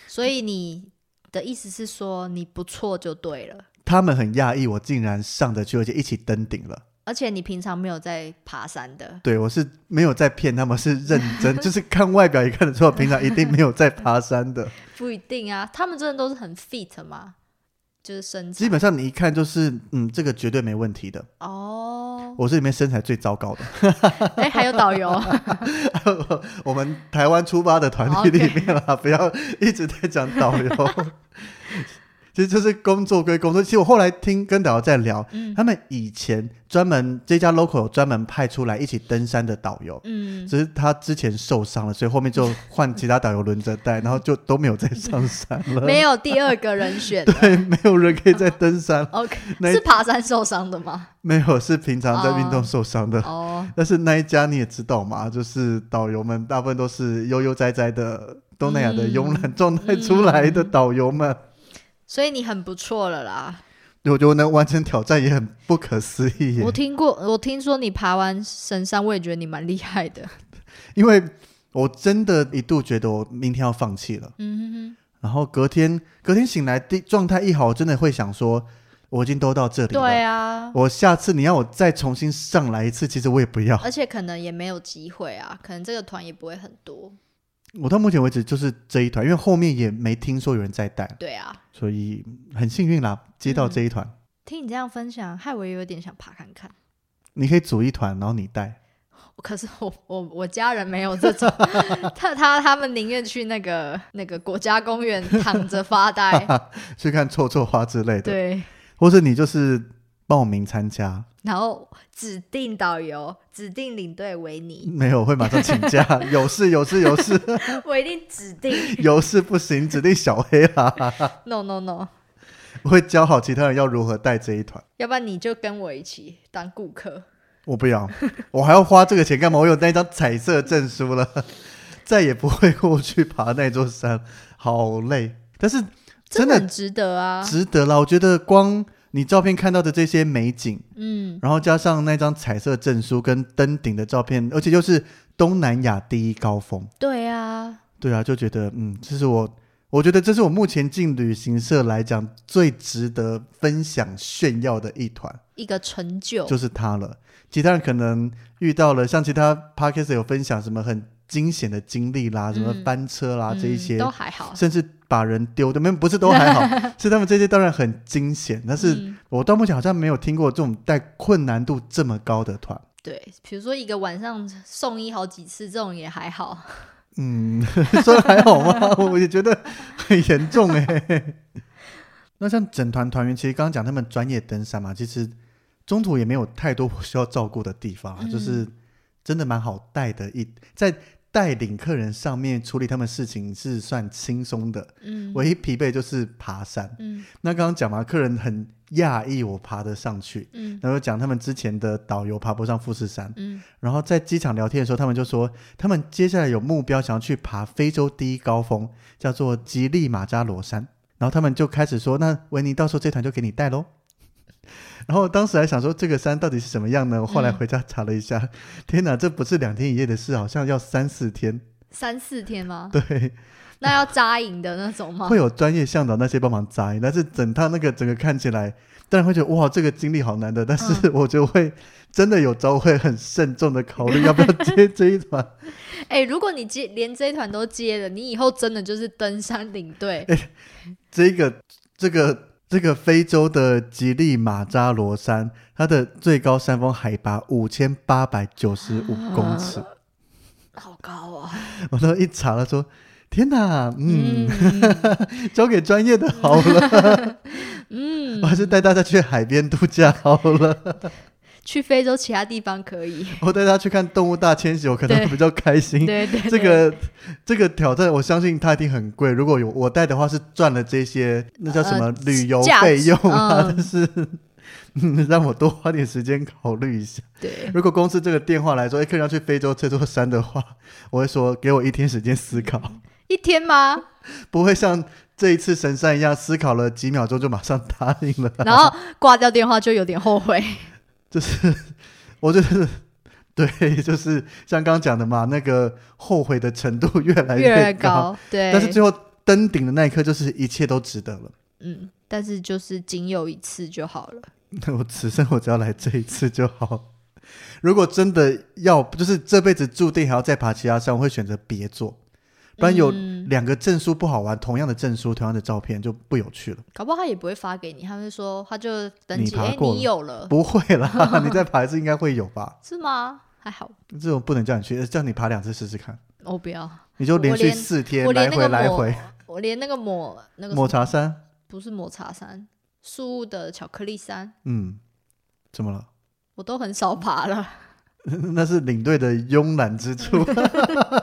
S1: 所以你的意思是说你不错就对了，
S2: 他们很讶异，我竟然上得去，而且一起登顶了。
S1: 而且你平常没有在爬山的，
S2: 对我是没有在骗他们，是认真，就是看外表也看得出来，平常一定没有在爬山的。
S1: 不一定啊。他们真的都是很 fit 吗？就是身材
S2: 基本上你一看就是，嗯，这个绝对没问题的。
S1: 哦，
S2: 我是里面身材最糟糕的。
S1: 哎、还有导 游，
S2: 我们台湾出发的团体里面啦不要一直在讲导游。 其实就是工作归工作，其实我后来听跟导游在聊，
S1: 嗯
S2: 他们以前专门这家 local 有专门派出来一起登山的导游，
S1: 嗯，
S2: 只是他之前受伤了，所以后面就换其他导游轮着带，然后就都没有再上山了。
S1: 没有第二个人 选了。
S2: 对， 没有人可以再登山。
S1: OK，
S2: 那一
S1: 是爬山受伤的 吗？
S2: 没有是平常在运动受伤 的，
S1: 哦，
S2: 但是那一家你也知道嘛，就是导游们大部分都是悠悠哉哉的东南亚的慵懒状态出来的导游们。
S1: 所以你很不错了啦。
S2: 我觉得我能完成挑战也很不可思议耶
S1: 嗯我，听过，我听说你爬完神山，我也觉得你蛮厉害的。
S2: 因为我真的一度觉得我明天要放弃了。
S1: 嗯哼
S2: 然后隔天隔天醒来，第状态一好，我真的会想说，我已经都到这
S1: 哼，
S2: 里了。
S1: 对啊，
S2: 我下次你要我再重新上来一次，其实我也不要。
S1: 而且可能也没有机会啊，可能这个团也不会很多。
S2: 我到目前为止就是这一团，因为后面也没听说有人在带，
S1: 对啊，
S2: 所以很幸运啦，接到这一团。
S1: 听你这样分享，害我也有点想爬看看。
S2: 你可以组一团，然后你带。。
S1: 可是我我我家人没有这种， 他他他们宁愿去那个那个国家公园躺着发呆
S2: 去看臭臭花之类的，
S1: 哎 对，
S2: 或者你就是报名参加，
S1: 然后指定导游、指定领队为你，
S2: 没有会马上请假，有事有事有事
S1: 我一定指 定。
S2: 有事不行，指定小黑啦，
S1: No No No，
S2: 我会教好其他人要如何带这一团。
S1: 要不然你就跟我一起当顾客。
S2: 我不要， 我还要花这个钱干嘛？我有那张彩色证书了， 再也不会过去爬那座山，好累。但是真的
S1: 很值得啊！
S2: 值得啦，我觉得光你照片看到的这些美景，
S1: 嗯，
S2: 然后加上那张彩色证书跟登顶的照片，而且又是东南亚第一高峰，
S1: 对啊，
S2: 对啊，就觉得嗯，这是我。我觉得这是我目前进旅行社来讲最值得分享炫耀的一团。
S1: 一个成就。
S2: 就是他了。其他人可能遇到了，像其他 p o d c a s 有分享什么很惊险的经历啦，什么
S1: 嗯
S2: 翻车啦、
S1: 嗯
S2: 这一些，
S1: 都还好，
S2: 甚至把人丢的，没有不是都 还好，是他们这些当然很惊险，但是
S1: 嗯
S2: 我到目前好像没有听过这种带困难度这么高的团。
S1: 对，比如说一个晚上送医好几次，这种也还好。
S2: 嗯， 说的还好吗？我也觉得很严重哎、 那像整团团员，其实刚刚讲他们专业登山嘛，其实中途也没有太多我需要照顾的地方啊，
S1: 嗯
S2: 就是真的蛮好带的一，在带领客人上面处理他们事情是算轻松的，
S1: 嗯
S2: 唯一疲惫就是爬山。
S1: 嗯
S2: 那刚刚讲嘛，客人很讶异我爬得上去，
S1: 嗯
S2: 然后讲他们之前的导游爬不上富士山，
S1: 嗯，
S2: 然后在机场聊天的时候，他们就说，他们接下来有目标想要去爬非洲第一高峰，叫做吉利马扎罗山。然后他们就开始说，那维尼到时候这团就给你带喽。 然后我当时还想说，这个山到底是什么样呢？我后来回家查了一下，天哪，这不是两天一夜的事，好像要三四天。
S1: 三四天吗？
S2: 对，
S1: 那要扎营的那种吗
S2: 会？有专业向导那些帮忙摘，但是整趟那个整个看起来，当然会觉得哇，这个经历好难的。但是我觉得会、真的有时候会很慎重的考虑要不要接这一团。
S1: 哎、如果你接连这一团都接了，你以后真的就是登山领队。
S2: 哎这个这个这个非洲的吉利马扎罗山，它的最高山峰海拔五千八百九十五公尺。
S1: 好高啊！
S2: 我都一查了说，天哪，嗯，
S1: 嗯，嗯
S2: 交给专业的好了，
S1: 嗯
S2: 我还是带大家去海边度假好了。
S1: 去非洲其他地方 可以。
S2: 我带大家去看动物大迁徙，我可能
S1: 对
S2: 比较开心。
S1: 对 对，
S2: 这
S1: 对
S2: 个这个挑战，我相信它一定很贵。如果有我带的话，是赚了这些那叫什么、
S1: 呃
S2: 旅游
S1: 价值
S2: 费用啊，
S1: 嗯
S2: 但是。 嗯 让我多花点时间考虑一下。
S1: 对
S2: 如果公司这个电话来说，哎，客人要去非洲这座山的话，我会说给我一天时间思考，
S1: 一天 吗？
S2: 不会像这一次神山一样思考了几秒钟就马上答应了。
S1: 然后挂掉电话就有点后悔。
S2: 就是，我就是，对，就是像刚刚讲的嘛，那个后悔的程度越来
S1: 越来
S2: 越
S1: 越高，对。
S2: 但是最后登顶的那一刻，就是一切都值得了。
S1: 嗯，但是就是仅有一次就好了。
S2: 我此生我只要来这一次就好。如果真的要，就是这辈子注定还要再爬其他山，我会选择别做。不然有
S1: 嗯
S2: 两个证书不好玩，同样的证书，同样的照片就不有趣了。
S1: 搞不好他也不会发给你，他们说他就登
S2: 你
S1: 记，
S2: 爬
S1: 哎，
S2: 过了
S1: 你有了
S2: 不会啦， 你再爬一次应该会有吧？
S1: 是吗？还好，
S2: 这种不能叫你去，叫你爬两次试试看，
S1: 我不要，
S2: 你就连
S1: 我
S2: 续
S1: 连
S2: 四天
S1: 我
S2: 来
S1: 连那
S2: 回
S1: 个
S2: 来
S1: 抹
S2: 回
S1: 我连那个抹那个
S2: 抹茶山。
S1: 不是抹茶山，树屋的巧克力山，
S2: 嗯，怎么了？
S1: 我都很少爬了。
S2: 那是领队的慵懒之处，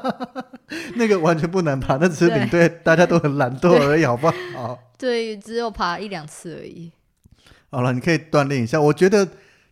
S2: 那个完全不难爬，那只是
S1: 对
S2: 领队大家都很懒惰而已，好不好？
S1: 对，只有爬一两次而已。
S2: 好了，你可以锻炼一下。我觉得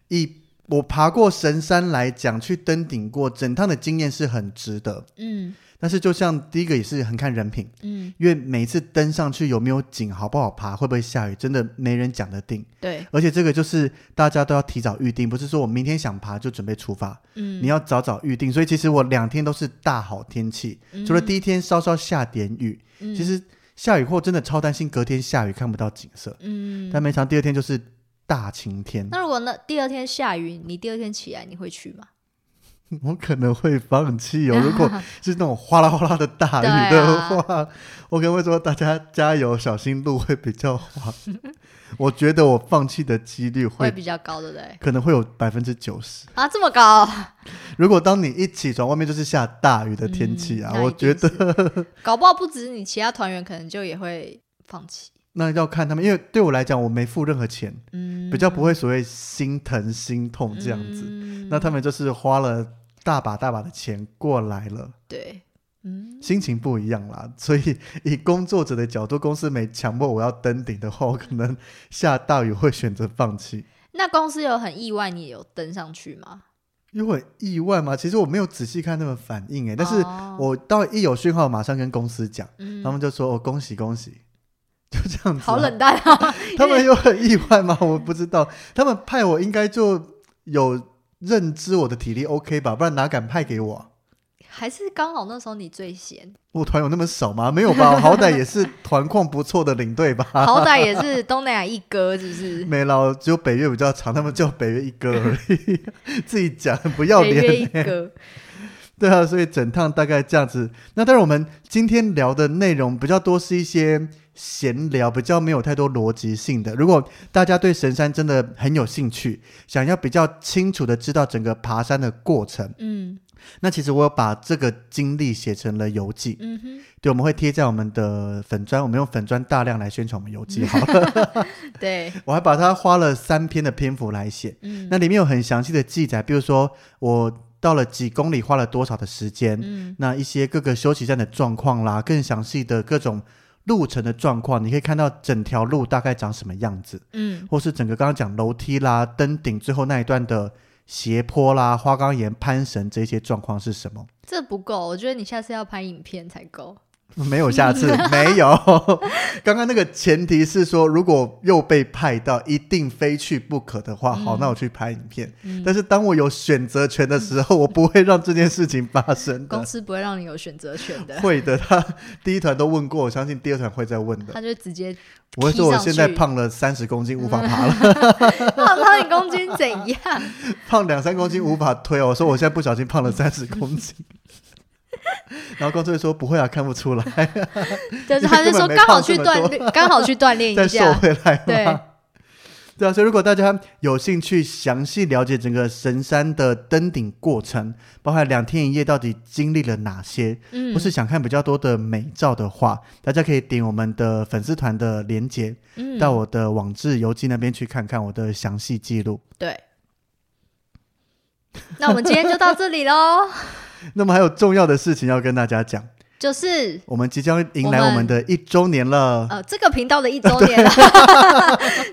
S2: 以我爬过神山来讲，去登顶过，整趟的经验是很值得。
S1: 嗯
S2: 但是就像第一个也是很看人品，
S1: 嗯，
S2: 因为每次登上去有没有景，好不好爬，会不会下雨，真的没人讲得定。
S1: 对，
S2: 而且这个就是大家都要提早预定，不是说我明天想爬就准备出发，
S1: 嗯，
S2: 你要早早预定。所以其实我两天都是大好天气，除了第一天稍稍下点雨，
S1: 嗯，
S2: 其实下雨后真的超担心隔天下雨看不到景色，
S1: 嗯，
S2: 但没想到第二天就是大晴天。
S1: 那如果那第二天下雨，你第二天起来你会去吗？
S2: 我可能会放弃 哦。如果是那种哗啦哗啦的大雨
S1: 对
S2: 的
S1: 啊
S2: 话，我可能会说大家加油，小心路会比较 滑。我觉得我放弃的几率会
S1: 会比较高，对不对？
S2: 可能会有百分之九十。
S1: 啊，这么高，
S2: 如果当你一起床，外面就是下大雨的天气啊，
S1: 嗯那
S2: 我
S1: 一定
S2: 觉得
S1: 是搞不好不止你，其他团员可能就也会放弃。
S2: 那要看他们，因为对我来讲，我没付任何钱，
S1: 嗯，
S2: 比较不会所谓心疼心痛这样子。
S1: 嗯
S2: 那他们就是花了大把大把的钱过来了。
S1: 对，嗯，
S2: 心情不一样啦，所以以工作者的角度，公司没强迫我要登顶的话，我可能下大雨会选择放弃。
S1: 那公司有很意外你有登上去吗？
S2: 因为我意外嘛，其实我没有仔细看他们反应诶，欸但是
S1: 哦
S2: 我到一有讯号，马上跟公司讲，
S1: 嗯
S2: 他们就说哦恭喜恭喜，就这样子、
S1: 好，冷淡啊，
S2: 他们有很意外吗？我不知道，他们派我应该就有认知我的体力 OK 吧，不然哪敢派给我啊、
S1: 还是刚好那时候你最 闲，
S2: 我团有那么少吗？没有吧，我好歹也是团况不错的领队 吧。
S1: 好歹也是东南亚一哥，是不是？
S2: 没啦，只有北岳比较长，他们叫北岳一哥而 已，自己讲不 要
S1: 北约
S2: 脸。
S1: 一哥，
S2: 对啊，所以整趟大概这样子。那当然，我们今天聊的内容比较多是一些闲聊，比较没有太多逻辑性的。如果大家对神山真的很有兴趣，想要比较清楚的知道整个爬山的过程，
S1: 嗯
S2: 那其实我有把这个经历写成了游记。
S1: 嗯哼，
S2: 对，我们会贴在我们的粉砖，我们用粉砖大量来宣传我们游记 好了。
S1: 对，
S2: 我还把它花了三篇的篇幅来写。
S1: 嗯
S2: 那里面有很详细的记载，比如说我到了几公里花了多少的时间，
S1: 嗯
S2: 那一些各个休息站的状况啦，更详细的各种路程的状况，你可以看到整条路大概长什么样子，
S1: 嗯
S2: 或是整个刚刚讲楼梯啦、登顶最后那一段的斜坡啦、花岗岩攀绳这些状况是什么。
S1: 这不够，我觉得你下次要拍影片才够。
S2: 没有下 次，没有。刚刚那个前提是说，如果又被派到一定非去不可的话，好，
S1: 嗯
S2: 那我去拍影片。
S1: 嗯
S2: 但是当我有选择权的时候，我不会让这件事情发生
S1: 公
S2: 的。
S1: 司不会让你有选择权的，
S2: 会的，他第一团都问过，我相信第二团会再问的。
S1: 他就直接
S2: 我会说我
S1: 踢上
S2: 现在
S1: 去
S2: 胖了三十公斤，无法爬 了，
S1: 胖到你公斤怎 样？
S2: 胖两三公斤无法推哦。我说我现在不小心胖了三十公 斤，然后公司会说不会啊，看不出 来，
S1: 就是他就说
S2: 根本没
S1: 刚好
S2: 胖这
S1: 去
S2: 么
S1: 锻
S2: 多
S1: 炼，刚好去锻炼
S2: 再
S1: 一
S2: 瘦
S1: 下。
S2: 回来嘛。
S1: 对
S2: 对啊，所以如果大家有兴趣详细了解整个神山的登顶过程，包含两天一夜到底经历了哪些，
S1: 嗯
S2: 或是想看比较多的美照的话，大家可以点我们的粉丝团的连接，
S1: 嗯
S2: 到我的网志游记那边去看看我的详细记录。
S1: 对。那我们今天就到这里喽，
S2: 那么还有重要的事情要跟大家讲，
S1: 就是
S2: 我们即将迎来我
S1: 我
S2: 们
S1: 们
S2: 的一周年了。
S1: 呃这个频道的一周 年了，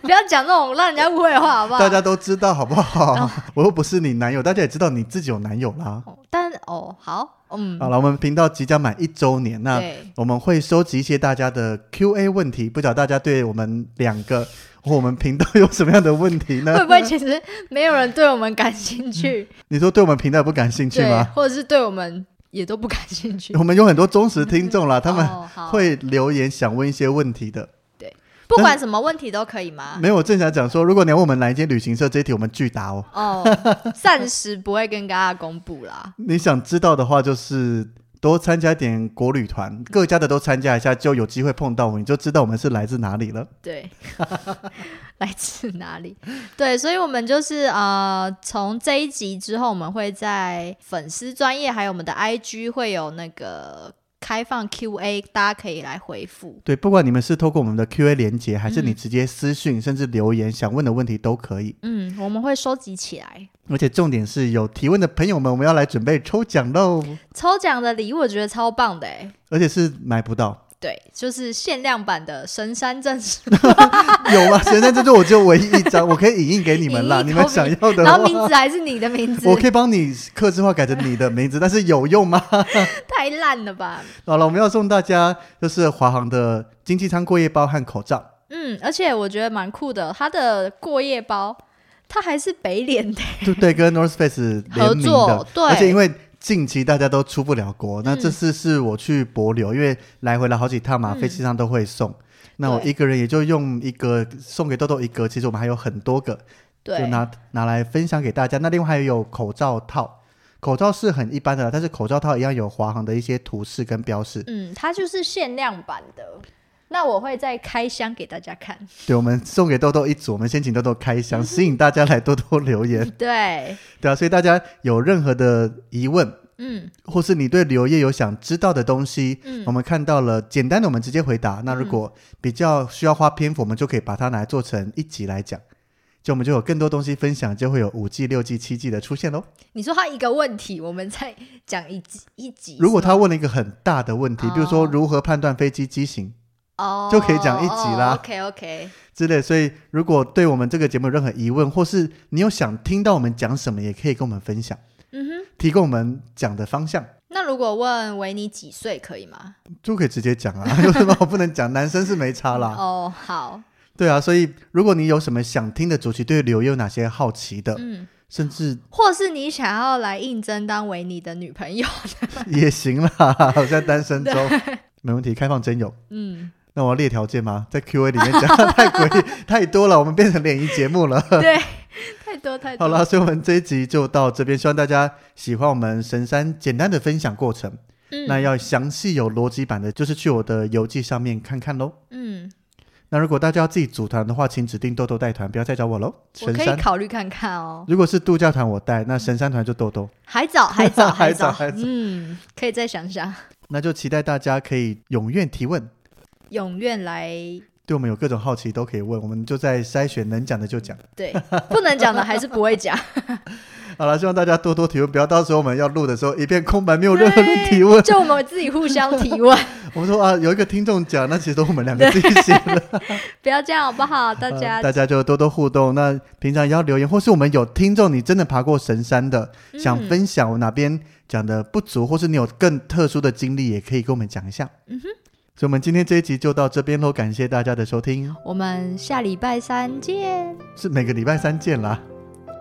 S1: 不要讲那种让人家误会的话，好不好？
S2: 大家都知道好不 好？我又不是你男友，大家也知道你自己有男友啦。
S1: 哦，但哦好，嗯，
S2: 好了，我们频道即将满一周年，那
S1: 对，
S2: 我们会收集一些大家的 Q&A 问题，不晓得大家对我们两个或我们频道有什么样的问题呢
S1: 会？不会其实没有人对我们感兴趣，
S2: 你说对我们频道不感嗯兴趣
S1: 对，
S2: 吗？
S1: 或者是对我们也都不感兴趣？
S2: 我们有很多忠实听众啦， 他们
S1: 哦好
S2: 会留言想问一些问题的。
S1: 不管什么问题都可以吗？
S2: 没有，我正想讲说，如果你要问我们哪一间旅行社，这一题我们拒答哦。
S1: 哦，暂时不会跟大家公布啦。
S2: 你想知道的话，就是多参加点国旅团，
S1: 嗯
S2: 各家的都参加一下，就有机会碰到我们，你就知道我们是来自哪里了。
S1: 对，来自哪里？对，所以我们就是呃，从这一集之后，我们会在粉丝专业还有我们的 IG 会有那个开放 Q&A，大家可以来回复。
S2: 对，不管你们是透过我们的 Q&A 连接，还是你
S1: 嗯
S2: 直接私讯，甚至留言想问的问题都可以。
S1: 嗯，我们会收集起来。
S2: 而且重点是有提问的朋友们，我们要来准备抽奖喽，
S1: 抽奖的礼物我觉得超棒的哎，
S2: 而且是买不 到，
S1: 对，就是限量版的神山证书，
S2: 有啊吗？神山这就我就唯一一张，我可以影印给你们啦，
S1: 影
S2: 你
S1: 印
S2: 们
S1: 投
S2: 想
S1: 笔
S2: 要的
S1: 然后名
S2: 话，
S1: 字还是你的名字
S2: 我，可以帮你刻字化改成你的名字，但是有用吗？
S1: 太烂了吧？
S2: 好了，我们要送大家就是华航的经济舱过夜包和口罩。
S1: 嗯，而且我觉得蛮酷的，它的过夜包，它还是北脸的，
S2: 对对，跟 North Face 联名
S1: 合
S2: 的
S1: 作，对
S2: 而且因为近期大家都出不了国，那
S1: 嗯
S2: 这次是我去博流，因为来回来好几趟嘛，
S1: 嗯
S2: 飞机上都会送。那我
S1: 对
S2: 一个人也就用一个送给豆豆一个，其实我们还有很多个，就
S1: 对，
S2: 拿拿来分享给大家。那另外还有口罩套，口罩是很一般的啦，但是口罩套一样有华航的一些图示跟标示。
S1: 嗯，它就是限量版的。那我会再开箱给大家看。
S2: 对，我们送给豆豆一组，我们先请豆豆开 箱，吸引大家来多多留言。
S1: 对，
S2: 对啊，所以大家有任何的疑问，
S1: 嗯
S2: 或是你对旅游业有想知道的东西，我
S1: 嗯，
S2: 们看到了简单的，我们直接回答。那如
S1: 嗯
S2: 果比较需要花篇幅，我们就可以把它拿来做成一集来讲，就我们就有更多东西分享，就会有五 G、六 G、七 G 的出现喽。
S1: 你说它一个问题，我们再讲一集一集。
S2: 如果
S1: 是吗
S2: 他问了一个很大的问题，比如说
S1: 哦
S2: 如何判断飞机机型
S1: 哦，
S2: 就可以讲一集啦
S1: OK OK，
S2: 之类，所以如果对我们这个节目有任何疑问，或是你有想听到我们讲什么，也可以跟我们分享，
S1: 嗯哼。
S2: 提供我们讲的方向。
S1: 那如果问维尼几岁可以吗？
S2: 就可以直接讲啊， 有什么我不能讲？男生是没差啦。
S1: 哦，好，
S2: 对啊，所以如果你有什么想听的主题，对旅游有哪些好奇的，
S1: 嗯，
S2: 甚至
S1: 或是你想要来应征当维尼的女朋友，
S2: 也行啦， 好像单 身中，没问题，开放真有。
S1: 嗯，
S2: 那我要列条件吗？在 Q&A 里面讲 太诡异太多了，我们变成联谊节目 了。
S1: 对，太多太多。
S2: 好啦，，所以我们这一集就到这边，希望大家喜欢我们神山简单的分享过程。
S1: 嗯，
S2: 那要详细有逻辑版的，就是去我的游记上面看看喽。
S1: 嗯，
S2: 那如果大家要自己组团的话，请指定豆豆带团，不要再找我喽。
S1: 我
S2: 神
S1: 可以
S2: 山，
S1: 考虑看看哦，
S2: 如果是度假团我带，那神山团就豆豆。
S1: 还早，还 早，
S2: 还早
S1: 早，
S2: 还早
S1: 嗯，可以再想想，
S2: 那就期待大家可以踊跃提问，
S1: 永远来，
S2: 对我们有各种好奇都可以问，我们就在筛选能讲的就讲。
S1: 对，不能讲的还是不会讲，
S2: 好了，希望大家多多提问，不要到时候我们要录的时候一片空白，没有任何人提 问。
S1: 就我们自己互相提问，
S2: 我们说啊，有一个听众讲，那其实都我们两个自己写的，
S1: 不要这样好不好？ 大家
S2: 呃，大家就多多互动。那平常也要留言，或是我们有听众你真的爬过神山的，
S1: 嗯
S2: 想分享我哪边讲的不足，或是你有更特殊的经历，也可以跟我们讲一下。嗯哼。所以，我们今天这一集就到这边喽，感谢大家的收听，
S1: 我们下礼拜三见，
S2: 是每个礼拜三见啦。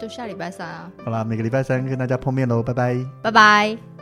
S1: 就下礼拜三啊，
S2: 好啦，每个礼拜三跟大家碰面喽，拜拜。
S1: 拜拜。